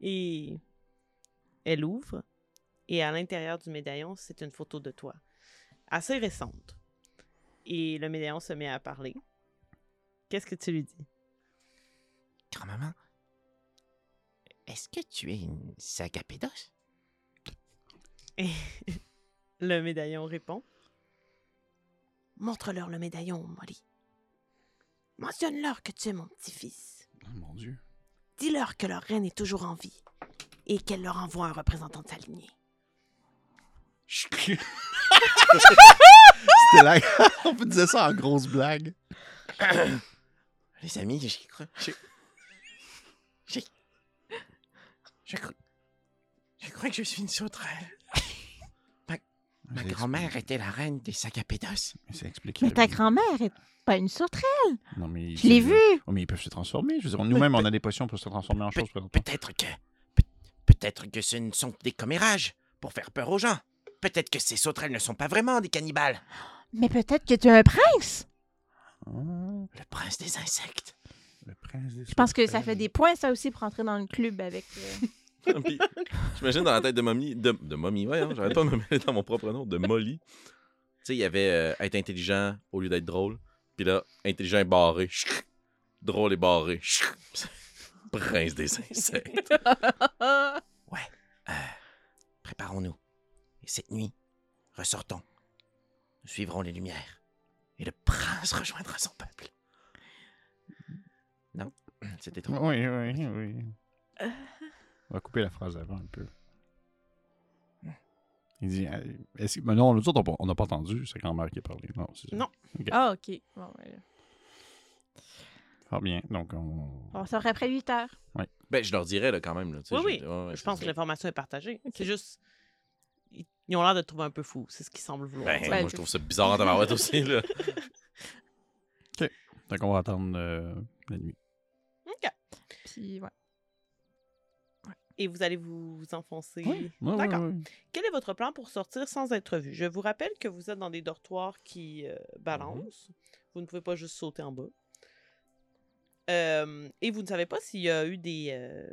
B: Et elle ouvre, et à l'intérieur du médaillon, c'est une photo de toi, assez récente. Et le médaillon se met à parler. Qu'est-ce que tu lui dis?
E: Grand-maman. Est-ce que tu es une sagapédos?
B: Le médaillon répond. Montre-leur le médaillon, Molly. Mentionne-leur que tu es mon petit-fils.
C: Oh mon dieu.
B: Dis-leur que leur reine est toujours en vie et qu'elle leur envoie un représentant de sa lignée.
C: C'était la... On peut dire ça en grosse blague.
E: Les amis, j'ai cru. J'ai. J'ai. J'ai cru. J'ai cru que je suis une sauterelle. Ma
C: C'est
E: grand-mère était la reine des sagapédos.
C: expliqué. C'est expliqué.
F: Mais ta grand-mère est pas une sauterelle.
C: Non, mais
F: Je l'ai
C: c'est-
F: vue.
C: Oh, mais ils peuvent se transformer. Je veux dire, nous-mêmes, on a des potions pour se transformer en choses. par exemple.
E: Peut-être que. peut- Peut-être que ce ne sont que des commérages pour faire peur aux gens. Peut-être que ces sauterelles ne sont pas vraiment des cannibales.
F: Mais peut-être que tu es un prince.
C: Ah,
E: Le prince des insectes.
C: le prince des
F: Je pense que ça
C: sauterelles.
F: fait des points, ça aussi, pour entrer dans le club avec. euh,
A: Puis, J'imagine dans la tête de Mommy. De, de Mommy, ouais, hein, j'arrête pas de me mettre dans mon propre nom. De Molly. Tu sais, il y avait euh, être intelligent au lieu d'être drôle. Puis là, intelligent et barré. Chut. Drôle et barré. Chut. Prince des insectes.
E: euh, Préparons-nous. Et cette nuit, ressortons. Nous suivrons les lumières. Et le prince rejoindra son peuple. Non, c'était trop.
C: Oui, oui, oui. On va couper la phrase avant un peu. Il dit, euh, est-ce que... Mais non, nous autres, on- on n'a pas entendu sa grand-mère qui a parlé. Non, c'est ça.
B: Non.
D: Ah, ok. Bon,
F: ben,
D: ouais.
C: Fort Ah, bien. Donc, on...
F: On sort après 8 heures.
A: Ben, je leur dirais, là, quand même. Là, tu sais,
B: Oui,
A: je-
B: oui.
A: ouais, ouais,
B: Je pense
A: c'est
B: que
A: ça.
B: l'information est partagée. C'est juste. Ils ils ont l'air de te trouver un peu fou. C'est ce qu'ils semblent vouloir.
A: Ben,
B: dire.
A: moi, je trouve ça bizarre en tabarouette aussi, là.
C: Donc, on va attendre euh, la nuit.
B: OK.
D: Puis, ouais.
B: Et vous allez vous enfoncer.
C: Ouais,
B: D'accord.
C: ouais, ouais.
B: Quel est votre plan pour sortir sans être vu? Je vous rappelle que vous êtes dans des dortoirs qui euh, balancent. Vous ne pouvez pas juste sauter en bas. Euh, et vous ne savez pas s'il y a eu des... euh,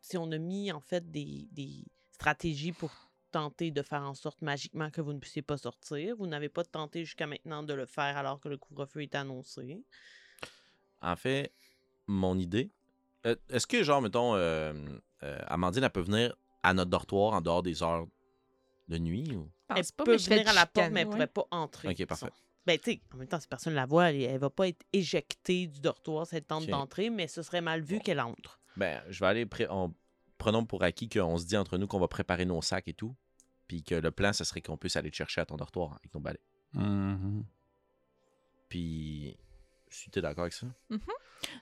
B: si on a mis, en fait, des, des stratégies pour tenté de faire en sorte magiquement que vous ne puissiez pas sortir. Vous n'avez pas tenté jusqu'à maintenant de le faire alors que le couvre-feu est annoncé.
A: En fait, mon idée. euh, Est-ce que, genre, mettons, euh, euh, Amandine, elle peut venir à notre dortoir en dehors des heures de nuit ou...
D: Je
B: Elle
D: pense pas,
B: peut
D: mais je fais
B: venir à la porte, mais elle ne
D: ouais.
B: pourrait pas entrer.
A: Ok,
B: de toute
A: parfait.
B: façon. Ben, tu sais, en même temps, si personne ne la voit, elle, elle va pas être éjectée du dortoir si elle tente
A: Ok.
B: d'entrer, mais ce serait mal vu qu'elle entre.
A: Ben, je vais aller. pré- on- Prenons pour acquis qu'on se dit entre nous qu'on va préparer nos sacs et tout. Puis que le plan, ce serait qu'on puisse aller te chercher à ton dortoir avec nos balais.
C: Mhm.
A: Puis. Si t'es d'accord avec ça?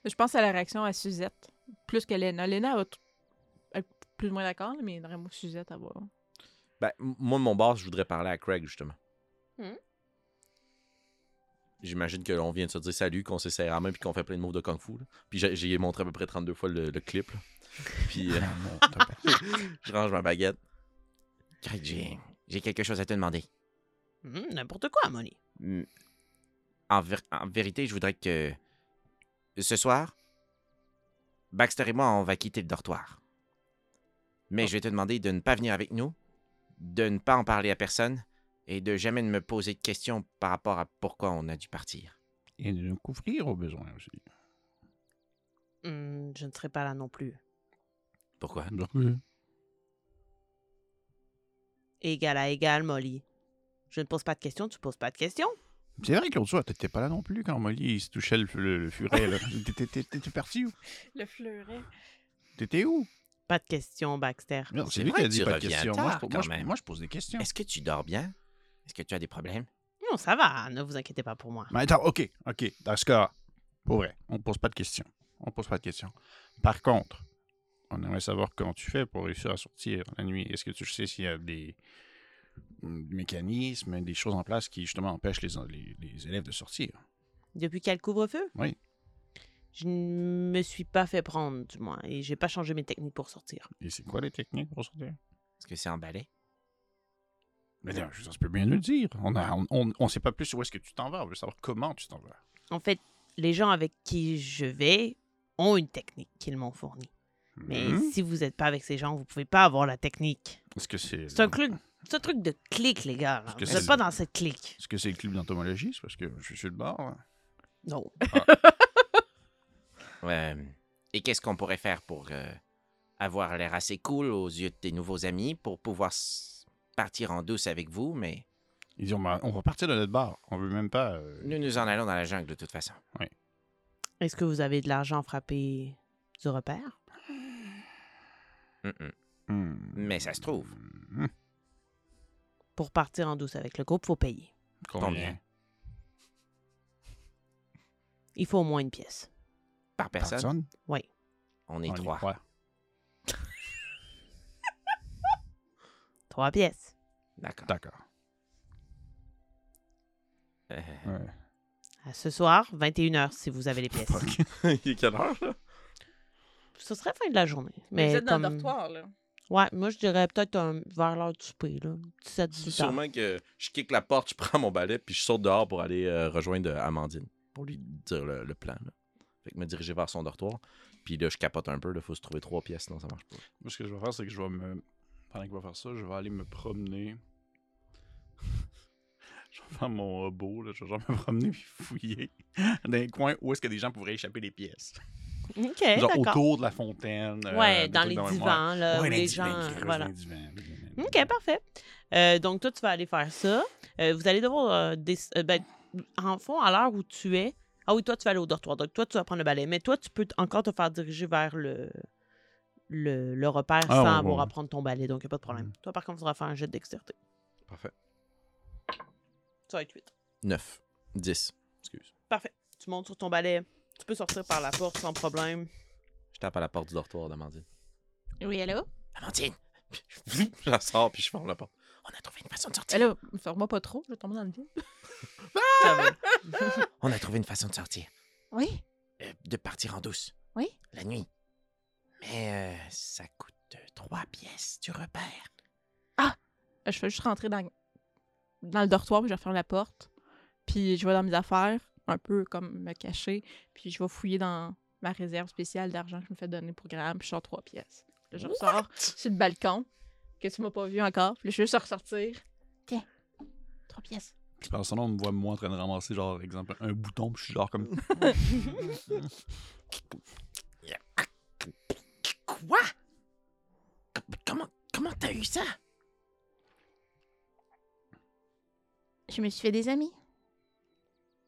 D: Je pense à la réaction à Suzette, plus que Léna. Léna a t- elle est plus ou moins d'accord, là, mais vraiment Suzette, elle va...
A: Ben, m- moi, de mon bord, je voudrais parler à Craig, justement.
B: Hmm.
A: J'imagine que l'on vient de se dire salut, qu'on s'est serré la main, puis qu'on fait plein de moves de kung fu. là. Puis j'ai- j'ai montré à peu près 32 fois le, le clip. là. Puis euh,
C: Ah, mon Dieu.
A: je range ma baguette.
E: Craig, j'ai- j'ai quelque chose à te demander.
B: Hum, N'importe quoi, Molly.
E: Hmm. En, ver- en vérité, je voudrais que ce soir, Baxter et moi, on va quitter le dortoir. Mais je vais te demander de ne pas venir avec nous, de ne pas en parler à personne et de jamais ne me poser de questions par rapport à pourquoi on a dû partir.
C: Et de nous couvrir au besoin aussi.
B: Hum, je ne serai pas là non plus.
F: Ah.
E: Pourquoi
C: euh,
B: Égal à égal, Molly. Je ne pose pas de questions, tu poses pas de questions.
C: C'est vrai que l'autre soir, t'étais pas là non plus quand Molly il se touchait le, le, le furet. là. T'étais- t'étais- T'étais parti où
F: Le fleuret.
C: T'étais où
B: Pas de questions, Baxter.
C: Merde,
E: C'est
C: C'est lui
E: vrai
C: qui a
E: que
C: dit
E: tu
C: pas de
E: reviens
C: questions.
E: tard,
C: Moi, je, moi,
E: quand
C: je-
E: même.
C: moi, je pose des questions.
E: Est-ce que tu dors bien Est-ce que tu as des problèmes
B: Non, ça va, ne vous inquiétez pas pour moi.
C: Mais attends, ok, ok. Dans ce cas, pour vrai, on pose pas de questions. On pose pas de questions. Par contre, on aimerait savoir comment tu fais pour réussir à sortir la nuit. Est-ce que tu sais s'il y a des mm, mécanismes, des choses en place qui justement empêchent les, les- les élèves de sortir.
B: Depuis qu'il y a le couvre-feu?
C: Oui.
B: Je ne me suis pas fait prendre, du moins, et j'ai pas changé mes techniques pour sortir.
C: Et c'est quoi les techniques pour sortir?
E: Est-ce que c'est en balai
C: Mais là, je veux dire, tu peux bien nous le dire. On ne on, on- on sait pas plus où est-ce que tu t'en vas. On veut savoir comment tu t'en vas.
B: En fait, les gens avec qui je vais ont une technique qu'ils m'ont fournie. Mais
C: Hmm?
B: si vous n'êtes pas avec ces gens, vous pouvez pas avoir la technique.
C: Est-ce que c'est...
B: C'est un, clu- c'est un truc de clique, les gars. là.
C: Parce que
B: Vous
C: c'est-
B: n'êtes pas dans cette clique.
C: Est-ce que c'est le club d'entomologiste? Parce que je suis le bord. hein.
B: Non.
E: Euh, Et qu'est-ce qu'on pourrait faire pour euh, avoir l'air assez cool aux yeux de tes nouveaux amis pour pouvoir s- partir en douce avec vous, mais
C: Ils disent, on va, on va partir de notre bar. On veut même pas... euh,
E: Nous nous en allons dans la jungle de toute façon.
B: Est-ce que vous avez de l'argent frappé du repère?
E: Mm-mm.
C: hmm.
E: Mais ça se trouve.
C: Hmm.
B: Pour partir en douce avec le groupe, faut payer.
E: Combien?
B: Il faut au moins une pièce.
E: Par personne,
C: Personne?
E: on est
C: On est
E: trois.
B: Trois pièces.
E: D'accord.
C: D'accord.
E: Euh,
C: Ouais.
B: À ce soir, 21h, si vous avez les pièces.
C: Fuck.
A: Il est quelle heure, là?
B: Ce serait fin de la journée. Mais
D: Mais vous êtes dans
B: comme...
D: le dortoir, là.
B: Ouais, moi je dirais peut-être un... vers l'heure du souper, là. 17 18
A: Sûrement que je kick la porte, je prends mon balai, puis je saute dehors pour aller euh, rejoindre euh, Amandine, pour lui dire le, le plan. là. Fait que me diriger vers son dortoir. Puis là, je capote un peu, il faut se trouver trois pièces, sinon ça marche pas.
C: Moi, ce que je vais faire, c'est que je vais me... Pendant qu'il va faire ça, je vais aller me promener. je vais faire mon robot, là. Je vais genre me promener puis fouiller dans les coins où est-ce que des gens pourraient échapper les pièces.
B: OK,
C: Genre
B: Eh, d'accord.
C: autour de la fontaine. euh,
B: Ouais,
C: des
B: dans
C: trucs
B: les
C: de même.
B: divans, là,
C: Ouais,
B: où
C: dans
B: les
C: divans,
B: gens...
C: qui creusent dans
B: Voilà. Hmm?
C: les divans, les divans, les divans.
B: OK, parfait. Euh, donc, toi, tu vas aller faire ça. Euh, vous allez devoir. euh, des, euh, ben, en fond, à l'heure où tu es. Ah oui, toi, tu vas aller au dortoir. Donc, toi, tu vas prendre le balai. Mais toi, tu peux t- encore te faire diriger vers le, le, le repère
C: Ah,
B: sans
C: ouais, ouais,
B: avoir à
C: ouais. Mm.
B: prendre ton balai. Donc, il n'y a pas de problème. Toi, par contre, il faudra faire un jet de dextérité.
A: Parfait.
B: Ça va être vite.
A: 9. 10. Excuse.
B: Tu montes sur ton balai. Tu peux sortir par la porte sans problème.
A: Je tape à la porte du dortoir d'Amandine.
D: Oui, allô?
E: Amandine,
A: je la sors, puis je ferme la porte.
E: on a trouvé une façon de sortir.
D: Allô? Ferme-moi pas trop, je vais tomber dans le vide.
C: Ah!
B: Ça va.
E: On a trouvé une façon de sortir.
D: Oui?
E: Euh, de partir en douce.
D: Oui?
E: La nuit. Mais euh, ça coûte euh, trois pièces du repère.
D: Euh, Je fais juste rentrer dans, dans le dortoir, puis je referme la porte. Puis je vais dans mes affaires, un peu comme me cacher. Puis je vais fouiller dans ma réserve spéciale d'argent que je me fais donner pour Graham, puis je sors trois pièces. Là, je ressors sur le balcon. que tu m'as pas vu encore. Puis là, je vais juste ressortir.
F: Trois pièces.
C: Puis personnellement, on me voit moi en train de ramasser, genre, exemple, un bouton, puis je suis genre comme.
E: Quoi? Comment comment t'as eu ça?
F: Je me suis fait des amis.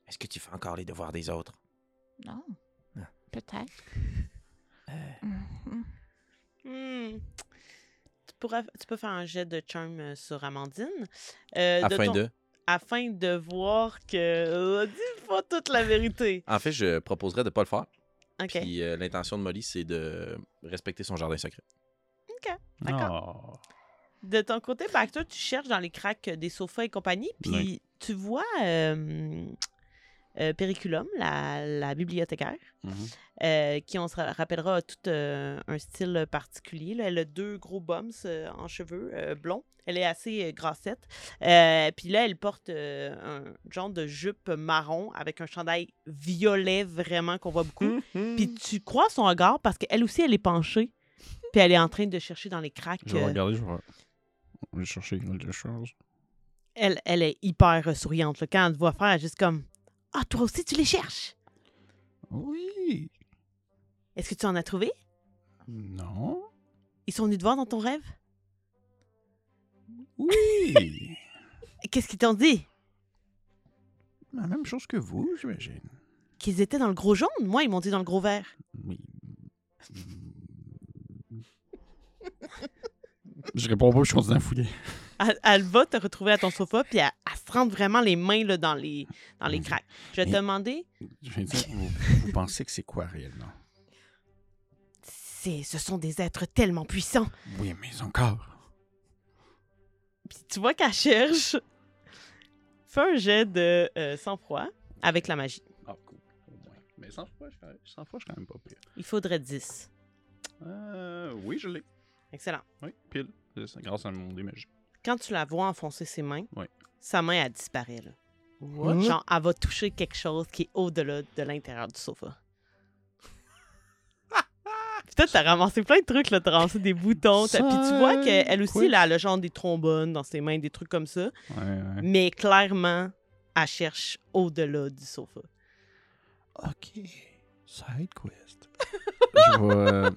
E: Est-ce que tu fais encore les devoirs des autres?
F: Non. Peut-être. Mhm.
B: Hmm. Tu, pourras, tu peux faire un jet de charme euh, sur Amandine. euh,
A: Afin
B: ton-
A: de.
B: afin de voir que. euh, dis pas toute la vérité.
A: En fait, je proposerais de pas le faire.
B: OK.
A: Puis euh, l'intention de Molly, c'est de respecter son jardin secret.
C: Ah, D'accord.
B: De ton côté, Baxter, tu cherches dans les cracks des sofas et compagnie, puis
C: Oui.
B: tu vois euh, euh, Periculum, la, la bibliothécaire,
C: Mhm.
B: euh, qui, on se ra- rappellera, a tout euh, un style particulier. là. Elle a deux gros bums euh, en cheveux euh, blonds. Elle est assez euh, grassette. Euh, puis là, elle porte euh, un genre de jupe marron avec un chandail violet vraiment qu'on voit beaucoup. Puis tu crois son regard parce qu'elle aussi, elle est penchée. Puis elle est en train de chercher dans les cracks.
C: Je vais
B: euh,
C: regarder, je vais. Je vais chercher quelque chose.
B: elle, elle est hyper euh, souriante. là. Quand elle te voit faire, elle est juste comme Ah, toi aussi, tu les cherches.
C: Oui.
B: Est-ce que tu en as trouvé
C: Non.
B: Ils sont venus te voir dans ton rêve
C: Oui.
B: Qu'est-ce qu'ils t'ont dit
C: La même chose que vous, j'imagine.
B: Qu'ils étaient dans le gros jaune Moi, ils m'ont dit dans le gros vert.
C: Oui. je réponds pas, je continue à fouiller.
B: Elle, elle va te retrouver à ton sofa, puis elle, elle se rentre vraiment les mains là, dans les, dans les cracks. Je vais te
C: Mais-
B: demander
C: Je vais dire, vous, vous pensez que c'est quoi réellement?
B: c'est, Ce sont des êtres tellement puissants.
C: Oui, mais encore.
B: Puis tu vois qu'elle cherche. Fais un jet de euh, sang-froid avec la magie.
C: Ah, cool. Au moins. Mais sans fois, je, sans fois, je suis quand même pas pire.
B: Il faudrait 10.
C: Euh, oui, je l'ai.
B: Excellent.
C: Oui, pile. C'est ça, grâce à mon dé magique.
B: quand tu la vois enfoncer ses mains,
C: Ouais.
B: sa main, elle disparaît. Là. Genre, elle va toucher quelque chose qui est au-delà de l'intérieur du sofa. Peut-être t'as ramassé plein de trucs, là. T'as ramassé des boutons. t'as- Puis tu vois qu'elle aussi,
C: Quoi?
B: là, elle a genre des trombones dans ses mains, des trucs comme ça.
C: Ouais, ouais.
B: Mais clairement, elle cherche au-delà du sofa.
C: Ok. Side quest. je vais euh,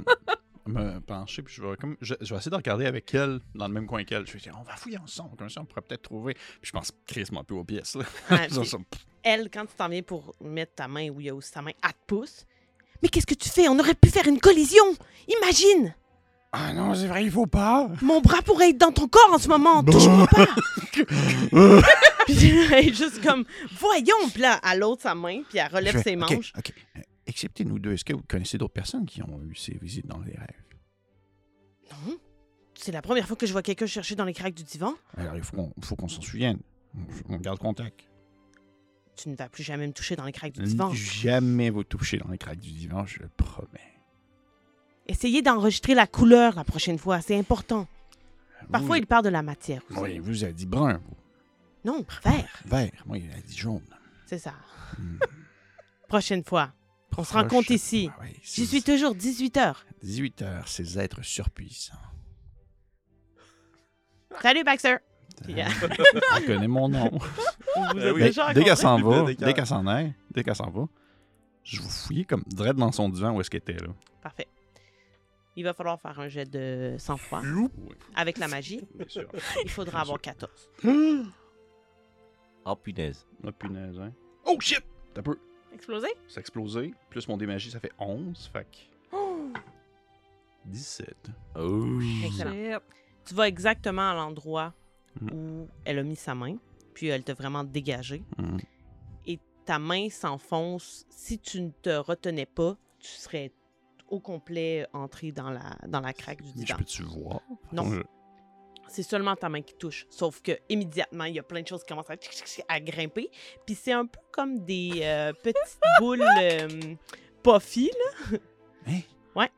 C: me pencher, puis je vais, comme, je, je vais essayer de regarder avec elle, dans le même coin qu'elle. Je vais dire, on va fouiller ensemble, comme ça, on pourrait peut-être trouver. Puis je pense crissement plus aux pièces, là.
B: Ah,
C: Ils ont
B: puis
C: ça-
B: elle, quand tu t'en viens pour mettre ta main où il y a aussi ta main, elle te pousse. Mais qu'est-ce que tu fais? On aurait pu faire une collision! Imagine!
C: Ah non, c'est vrai, il faut pas.
B: Mon bras pourrait être dans ton corps en ce moment.
C: Bah.
B: Touche-moi pas. puis elle est juste comme, voyons. Puis là, elle l'autre sa main, puis elle relève
C: Je vais-
B: ses
C: ok,
B: manches.
C: ok. Euh, Excepté nous deux, est-ce que vous connaissez d'autres personnes qui ont eu ces visites dans les rêves?
B: Non. C'est la première fois que je vois quelqu'un chercher dans les craques du divan.
C: Alors, il faut qu'on, faut qu'on s'en souvienne. On, on garde contact.
B: Tu ne vas plus jamais me toucher dans les craques du divan.
C: Ne Jamais vous toucher dans les craques du divan, je le promets.
B: Essayez d'enregistrer la couleur la prochaine fois. C'est important. Parfois,
C: vous,
B: il parle de la matière. aussi.
C: Oui, vous avez dit brun, vous.
B: Non, vert.
C: Vert, moi, il a dit jaune.
B: C'est ça.
C: Hmm.
B: Prochaine fois. On se
C: Proche.
B: rencontre ici.
C: Ah oui,
B: J'y
C: ces-
B: suis toujours 18 heures.
C: 18 heures, ces êtres surpuissants.
B: Salut, Baxter. Puis, euh,
C: Elle connaît mon nom.
B: vous
A: Ben
B: êtes
A: oui.
C: Mais
B: déjà
C: dès
B: rencontrés?
C: qu'elle s'en va,
A: Dès qu'elle-
C: dès qu'elle s'en aille, dès qu'elle s'en va, je vous fouillais comme dread dans son divan où est-ce qu'elle était, là.
B: Parfait. Il va falloir faire un jet de sang-froid. Avec la magie,
C: Bien sûr.
B: il faudra avoir 14.
A: Oh punaise.
C: Oh punaise, hein. Oh shit! T'as peu.
D: Exploser?
C: Ça a explosé. Plus mon démagie, ça fait 11. Fait que.
B: Oh,
C: 17.
A: Oh.
C: Mmh. Ah.
B: Excellent.
D: Shit.
B: Tu vas exactement à l'endroit
C: Mhm.
B: où elle a mis sa main, puis elle t'a vraiment dégagé.
C: Mhm.
B: Et ta main s'enfonce. Si tu ne te retenais pas, tu serais au complet entré dans la, dans la craque du
C: Mais je
B: divan.
C: peux-tu voir?
B: Non.
C: Je-
B: C'est seulement ta main qui touche. Sauf que immédiatement, il y a plein de choses qui commencent à, tchic, tchic, tchic, à grimper. Puis c'est un peu comme des euh, petites boules euh, puffy, là.
C: Hein?
B: Ouais.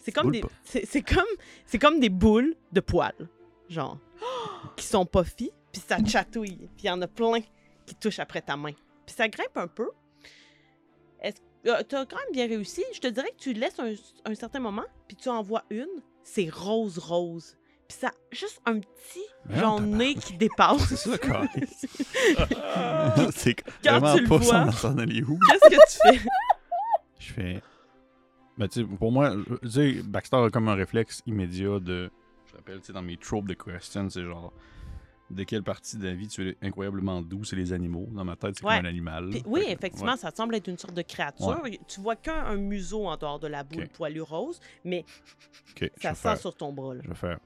B: C'est comme
C: Boules
B: des
C: puff.
B: c'est c'est comme c'est comme des boules de poils, genre qui sont puffy, puis ça te chatouille, puis il y en a plein qui touchent après ta main. Puis ça grimpe un peu. Est-ce euh, t'as quand même bien réussi. Je te dirais que tu laisses un, un certain moment, puis tu en vois une, c'est rose rose. Puis ça, juste un petit
C: Voyons,
B: genre
C: tabarnak.
B: nez qui dépasse.
C: C'est ça, carré. C'est
B: Quand
C: vraiment
B: tu le
C: pas
B: vois.
C: sans s'en aller où.
B: Qu'est-ce que tu fais?
C: Je fais. Ben, tu sais, pour moi, euh, tu sais, Baxter a comme un réflexe immédiat de. Je rappelle, tu sais, dans mes tropes de questions, c'est genre. De quelle partie de la vie tu es incroyablement doux, c'est les animaux. Dans ma tête, c'est
B: Ouais.
C: comme un animal.
B: Puis oui,
C: Fait que,
B: effectivement,
C: ouais.
B: ça semble être une sorte de créature. Tu vois qu'un un museau en dehors de la boule
C: Ok.
B: poilue rose, mais
C: Ok, je
B: ça sent
C: vais faire-
B: sur ton bras. là.
C: Je vais faire.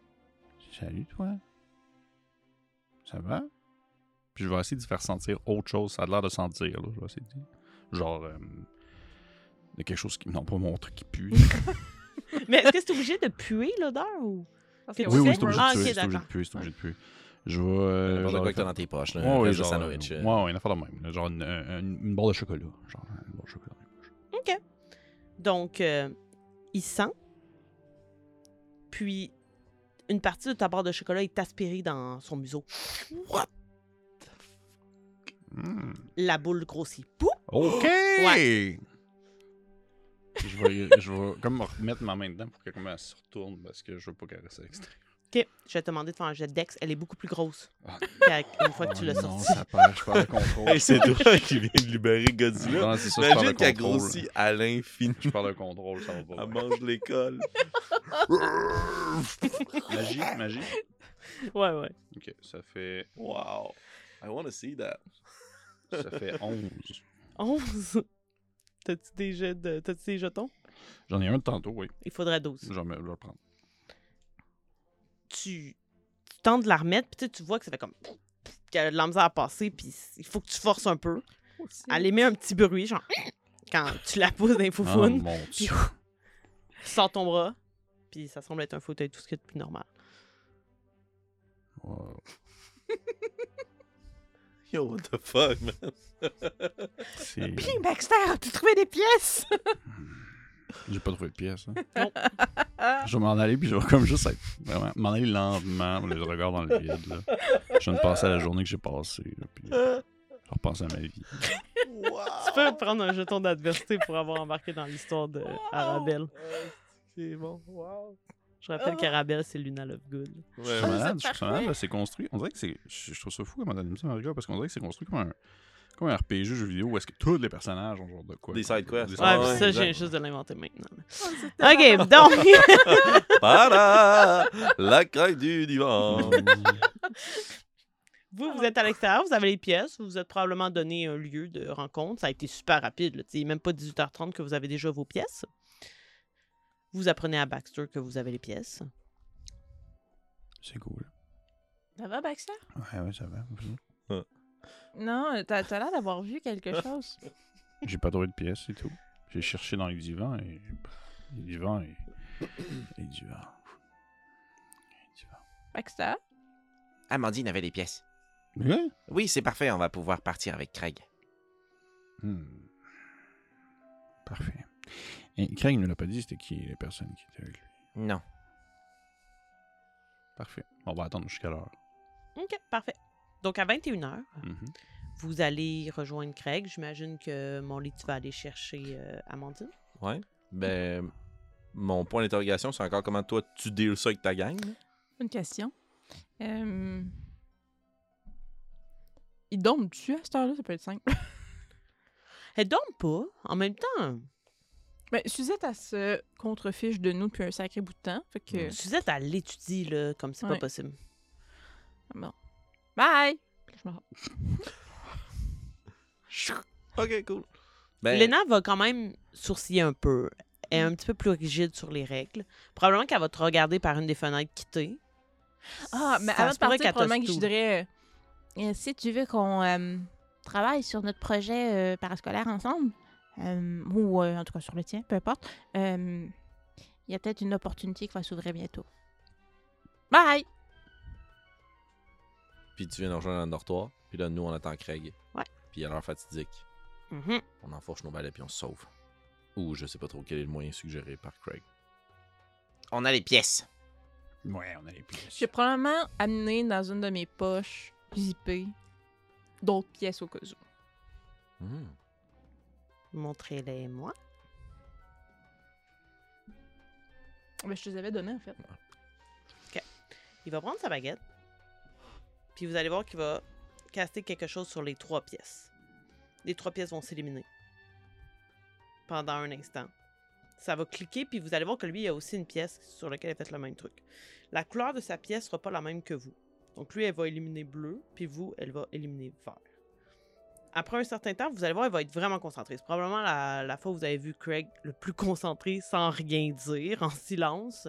C: Salut, toi. Ça va? Puis je vais essayer de faire sentir autre chose. Ça a l'air de sentir, là. Je vais essayer de dire. Genre. euh, de quelque chose qui. Non, pas mon truc qui pue.
B: Mais est-ce que c'est obligé de puer l'odeur ou.
D: Parce
B: que
C: Oui,
B: tu
C: oui,
B: fais?
C: c'est obligé
B: Ah,
C: de
B: ok,
C: tuer. C'est obligé de
B: d'accord.
C: puer, c'est obligé de puer. Je vais. euh,
A: N'importe
C: genre,
A: quoi que t'as
C: faire-
A: dans tes poches, là.
C: Ouais, ouais,
A: reste de
C: genre,
A: sandwich.
C: euh,
A: euh.
C: ouais, ouais, une affaire de même. là, Genre une, un- une barre de chocolat. Genre une barre de chocolat.
B: Donc, euh, il sent. Puis, une partie de ta barre de chocolat est aspirée dans son museau.
A: Mmh.
C: Hmm.
B: La boule grossit. Pouf!
C: OK! Je vais, je vais comme remettre ma main dedans pour que comme elle se retourne parce que je veux pas qu'elle reste à l'extérieur.
B: Ok, je vais te demander de faire un jet de dex. Elle est beaucoup plus grosse
C: Ah.
B: qu'à- une fois que tu
C: Oh
B: l'as
C: Non,
B: sortie.
C: ça perd, je perds le contrôle.
A: Hey, c'est toi qui viens de libérer Godzilla.
C: Non, c'est ça, je perds le
A: Imagine qu'elle
C: contrôle.
A: grossit Ah à l'infini.
C: Je parle le contrôle, ça va pas.
A: Elle mange l'école.
C: Magie, magie.
B: Ouais, ouais.
C: Ok, ça fait,
A: Wow. I want to see that.
C: ça fait 11.
B: 11. T'as-tu des, jets de... T'as-tu des jetons?
C: J'en ai un de tantôt, oui.
B: Il faudrait
A: Mm.
B: 12.
C: Je vais me- je vais le prendre.
B: tu, tu tentes de la remettre, puis tu sais, tu vois que ça fait comme. pouf, pouf, qu'elle a de la misère à passer, puis il faut que tu forces un peu. Elle émet un petit bruit, genre. quand tu la pousses
A: Ah.
B: dans les
C: Oh
B: foufounes,
C: mon dieu.
B: tu sors ton bras, puis ça semble être un fauteuil, tout ce qui est de plus normal.
C: Wow.
A: Yo, what the fuck, man?
C: C'est-
F: Ping, Baxter, as-tu trouvé des pièces?
C: J'ai pas trouvé de pièce. hein.
B: Non.
C: Je vais m'en aller, puis je vais comme juste être. Vraiment, m'en aller lentement, les regards dans le vide. Là. Je viens de penser à la journée que j'ai passée, là, puis je repense à ma vie.
B: Tu peux prendre un jeton d'adversité pour avoir embarqué dans l'histoire de Arabelle.
A: C'est bon, wow.
B: Je rappelle qu'Arabelle, c'est Luna Lovegood.
A: Ouais,
C: Je suis
A: ouais.
C: Euh, malade, je
F: c'est
C: suis malade, là, c'est construit. On dirait que c'est. Je je trouve ça fou comment t'animes ça, Margot, parce qu'on dirait que c'est construit comme un. Comme un RPG jeu vidéo où est-ce que tous les personnages ont genre de quoi.
A: Des side quests.
C: Des side
B: Ouais,
A: Ah
B: puis
A: ouais,
B: ça,
A: exact.
B: j'ai juste de l'inventer maintenant. Ok, donc,
A: Para! La craque du
C: Ah,
A: divan.
B: vous, vous êtes à l'extérieur, vous avez les pièces, vous vous êtes probablement donné un lieu de rencontre. Ça a été super rapide, là, tu sais, même pas 18h30 que vous avez déjà vos pièces. Vous apprenez à Baxter que vous avez les pièces.
C: C'est cool.
D: Ça va, Baxter?
C: Ouais, ouais, ça va.
D: Non, t'as t'as l'air d'avoir vu quelque chose.
C: J'ai pas trouvé de pièce, c'est tout. J'ai cherché dans les divans et. Les divans et. Les divans. Les divans.
D: Baxter?
E: Amandine avait des pièces.
C: Ouais?
E: Oui, c'est parfait, on va pouvoir partir avec Craig.
C: Hmm. Parfait. Et Craig ne l'a pas dit, c'était qui les personnes qui étaient avec lui.
E: Non.
C: Parfait. On va attendre jusqu'à l'heure.
B: Ok, parfait. Donc, à 21h,
C: Mhm.
B: vous allez rejoindre Craig. J'imagine que mon lit, tu vas aller chercher euh, Amandine.
A: Ben, mon point d'interrogation, c'est encore comment toi tu deals ça avec ta gang. là.
D: Une question. Euh... Il dorme dessus à cette heure-là, ça peut être simple.
B: Elle dort pas. En même temps,
D: Mais Ben, Suzette, elle se contrefiche de nous depuis un sacré bout de temps. Fait que.
B: Suzette, elle l'étudie, là, comme c'est pas
D: Ouais.
B: possible.
D: Bye! Puis là, je m'en vais.
A: Ok, cool. Ben,
B: Léna va quand même sourciller un peu. Elle est un petit peu plus rigide sur les règles. Probablement qu'elle va te regarder par une des fenêtres quittées.
D: Ah, mais
B: Ça
D: avant
B: se
D: de
B: pourrait
D: partir,
B: qu'elle
D: probablement
B: tosse
D: que je
B: tout.
D: dirais.
F: Euh, si tu veux qu'on euh, travaille sur notre projet euh, parascolaire ensemble, euh, ou euh, en tout cas sur le tien, peu importe, euh, il y a peut-être une opportunité qui va s'ouvrir bientôt. Bye!
A: Puis tu viens nous rejoindre dans le dortoir. Puis là, nous, on attend Craig.
B: Ouais.
A: Puis à l'heure fatidique,
B: Mhm.
A: on enfourche nos balais puis on se sauve. Ou je sais pas trop quel est le moyen suggéré par Craig.
E: On a les pièces.
C: Ouais, on a les pièces.
D: J'ai probablement amené dans une de mes poches, zippées, d'autres pièces au cas où.
A: Hmm.
B: Montrez-les moi.
D: Mais je te les avais données, en fait.
B: Il va prendre sa baguette. Puis vous allez voir qu'il va caster quelque chose sur les trois pièces. Les trois pièces vont s'éliminer. Pendant un instant. Ça va cliquer, puis vous allez voir que lui, il y a aussi une pièce sur laquelle il a fait le même truc. La couleur de sa pièce sera pas la même que vous. Donc lui, elle va éliminer bleu, puis vous, elle va éliminer vert. Après un certain temps, vous allez voir, elle va être vraiment concentrée. C'est probablement la, la fois où vous avez vu Craig le plus concentré, sans rien dire, en silence.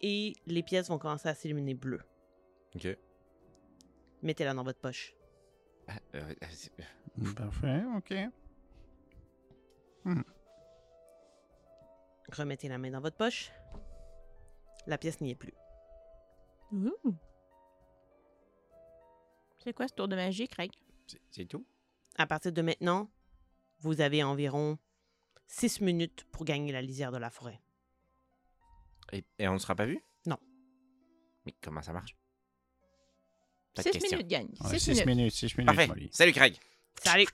B: Et les pièces vont commencer à s'éliminer bleu.
A: Ok.
B: Mettez-la dans votre poche.
E: Ah, euh, euh, c'est-
C: Parfait, ok.
B: Remettez la main dans votre poche. La pièce n'y est plus.
D: Ouh.
F: C'est quoi ce tour de magie, Craig?
E: c'est- c'est tout?
B: À partir de maintenant, vous avez environ 6 minutes pour gagner la lisière de la forêt.
E: Et, et on ne sera pas vu?
B: Non.
E: Mais comment ça marche? Pas de
F: 6
E: question.
F: minutes gagne. 6
C: Ouais, six
F: minutes.
C: minutes, 6 minutes,
E: Parfait.
C: Molly.
E: Salut Craig.
B: Salut!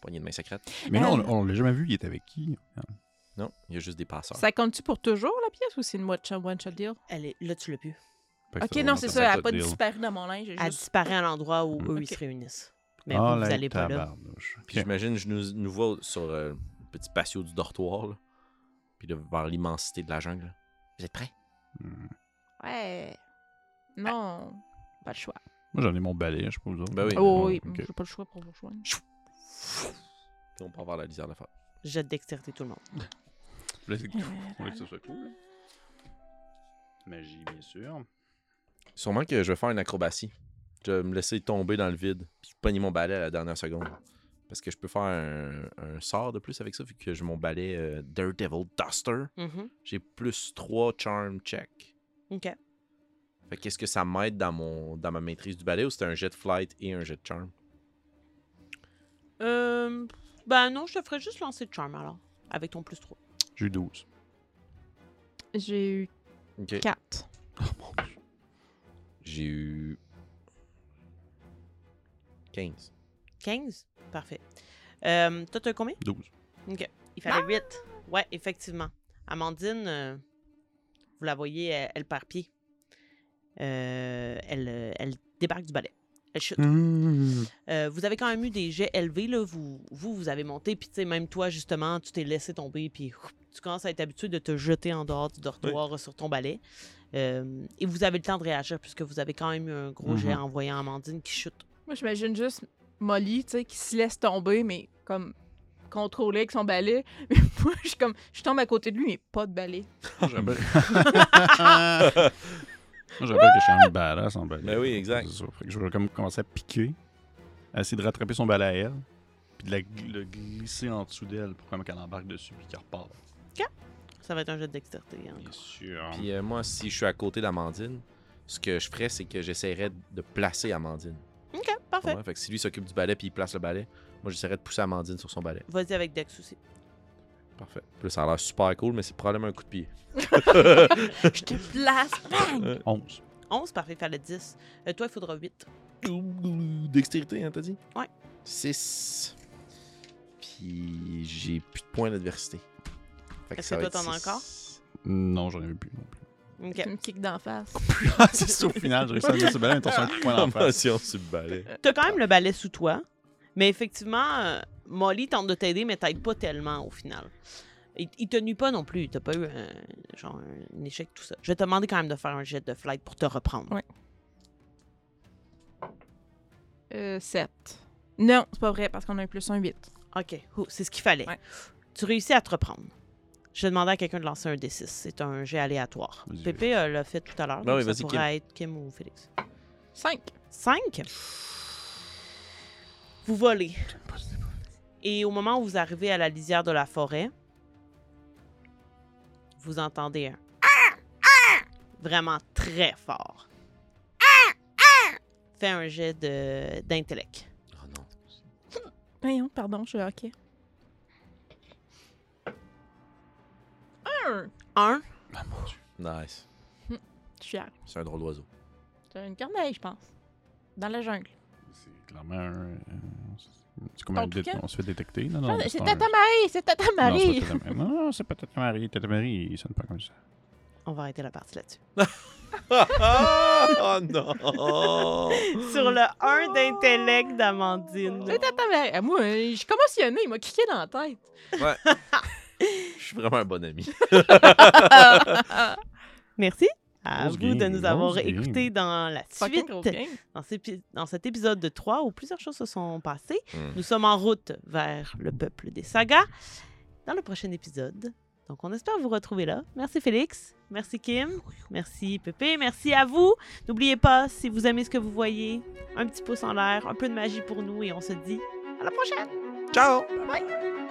A: Poignée de main secrète.
C: Mais là,
F: Euh,
C: on, on l'a jamais vu, il est avec qui
A: Non, il y a juste des passeurs.
D: Ça compte-tu pour toujours la pièce ou c'est une one-shot one shot deal?
B: Elle est... Là, tu l'as plus.
D: Ok, non, c'est ça, elle n'a pas disparu dans mon linge. j'ai
B: Elle
D: juste-
B: disparaît à l'endroit où eux, ils
D: Ok.
B: se réunissent.
C: Oh
B: Mais
C: Ah,
B: vous, vous allez pas là.
A: Puis j'imagine, je nous, nous vois sur euh, le petit patio du dortoir, là. Puis là, vers l'immensité de la jungle.
E: Vous êtes prêts?
F: Ouais.
D: Non.
F: Pas le choix.
C: Moi, j'en ai mon balai, je sais pas vous autres.
A: Ben oui.
D: Oh oui,
C: Ok.
D: j'ai pas le choix pour vous rejoindre.
A: Puis on part vers la lisière de la forêt.
B: Jette dextérité tout le monde.
C: On que ça soit cool. Magie, bien sûr.
A: Sûrement que je vais faire une acrobatie. Je vais me laisser tomber dans le vide. Puis pogner mon balai à la dernière seconde. Parce que je peux faire un, un sort de plus avec ça, vu que j'ai mon balai euh, Daredevil Duster.
B: Mhm.
A: J'ai plus 3 charm check.
B: OK.
A: Fait qu'est-ce que ça m'aide dans mon dans ma maîtrise du balai ou c'était un jet de flight et un jet de charm?
B: Euh, ben non, je te ferai juste lancer de charme alors. Avec ton plus 3.
C: J'ai eu 12.
D: J'ai eu
A: Ok.
D: 4.
A: J'ai eu 15.
B: 15? Parfait. Euh, toi, t'as combien?
C: 12.
B: Il fallait 8. Ouais, effectivement. Amandine, euh, vous la voyez, elle, elle perd pied. Euh, elle, euh, elle débarque du balai. Elle chute. Euh, vous avez quand même eu des jets élevés, là. Vous, vous, vous avez monté, puis tu sais, même toi, justement, tu t'es laissé tomber, puis ouf, tu commences à être habitué de te jeter en dehors du dortoir euh, sur ton balai. Euh, et vous avez le temps de réagir, puisque vous avez quand même eu un gros jet
C: Mhm.
B: en voyant Amandine qui chute.
D: Moi, j'imagine juste Molly, tu sais, qui se laisse tomber, mais comme contrôlée avec son balai. Mais moi, je suis comme, je tombe à côté de lui, mais pas de balai.
C: Moi, je rappelle que je suis un badass en balai.
A: Ben oui, exact.
C: C'est ça. Fait que je vais comme commencer à piquer, à essayer de rattraper son balai à elle, puis de la gl- le glisser en dessous d'elle pour comme qu'elle embarque dessus puis qu'elle repart.
B: Ça va être un jet de dextérité. hein.
C: Bien sûr.
A: Puis euh, moi, si je suis à côté d'Amandine, ce que je ferais, c'est que j'essaierais de placer Amandine.
B: Ok, parfait.
A: Ouais, Fait que si lui s'occupe du balai puis il place le balai, moi j'essaierais de pousser Amandine sur son balai.
B: Vas-y avec Dex aussi.
A: Parfait. Puis là, ça a l'air super cool, mais c'est probablement un coup de pied.
F: Je te place. Bang!
C: 11.
B: 11, parfait, il fallait 10. Euh, toi, il faudra 8.
A: Dextérité, hein, t'as dit?
B: Ouais.
A: 6. Puis j'ai plus de points d'adversité. Fait
B: Est-ce
A: ça
B: que
A: va
B: toi,
A: être
B: t'en as
A: six.
B: encore?
C: Non, j'en avais plus non plus.
B: OK.
D: Tu me kick d'en face.
C: Ah, c'est ça ben au final, j'ai réussi à dire ce balai, mais t'en sors un coup de poing dans la face.
A: Attention sur le balai.
B: T'as quand même le balai sous toi, mais effectivement, euh, Molly tente de t'aider, mais t'aide pas tellement au final. Il, il te nuit pas non plus, t'as pas eu un, genre, un échec, tout ça. Je vais te demander quand même de faire un jet de flight pour te reprendre.
D: Ouais. Euh, 7. Non, c'est pas vrai, parce qu'on a un plus un 8.
B: Ok, ouh, c'est ce qu'il fallait.
D: Ouais.
B: Tu réussis à te reprendre. Je vais demander à quelqu'un de lancer un D6. C'est un jet aléatoire.
C: Vas-y.
B: Pépé euh, l'a fait tout à l'heure.
A: Ben
B: donc
A: oui, vas-y,
B: ça pourrait être Kim ou Félix.
D: 5.
B: 5. Vous volez. Et au moment où vous arrivez à la lisière de la forêt, vous entendez un vraiment très fort. Fais un jet de- d'intellect.
A: Oh non.
D: Voyons, pardon, je suis OK. 1.
B: Un,
C: bah,
A: Nice.
D: Je suis fière.
A: C'est un drôle d'oiseau.
D: C'est une corneille, je pense. Dans la jungle.
C: C'est clairement un. euh, C'est comme un.
D: Ton
C: dé-
D: toucan?
C: On se fait détecter. Non, non,
D: Ah,
C: mais
D: C'est
C: un-
D: Tata Marie! C'est Tata
C: Non, c'est
D: Marie!
C: pas Tata Marie. Non, non, c'est pas Tata Marie. Tata Marie, il sonne pas comme ça.
B: On va arrêter la partie là-dessus.
E: oh non!
B: Sur le 1 d'intellect d'Amandine.
C: Oh!
F: Attends, attends, mais
D: Ah,
F: moi, euh, je suis commotionnée. Il m'a cliqué dans la tête.
E: Je suis vraiment un bon ami.
B: Merci à
C: Grosse
B: vous de
C: game,
B: nous avoir
C: grosse game.
B: écoutés dans la
F: Fucking
B: suite.
F: gros game.
B: Dans, cet épi- dans cet épisode de 3 où plusieurs choses se sont passées,
E: Mm.
B: nous sommes en route vers le peuple des sagas dans le prochain épisode. Donc on espère vous retrouver là. Merci Félix, merci Kim, merci Pépé, merci à vous. N'oubliez pas, si vous aimez ce que vous voyez, un petit pouce en l'air, un peu de magie pour nous et on se dit à la prochaine.
E: Ciao!
B: Bye bye.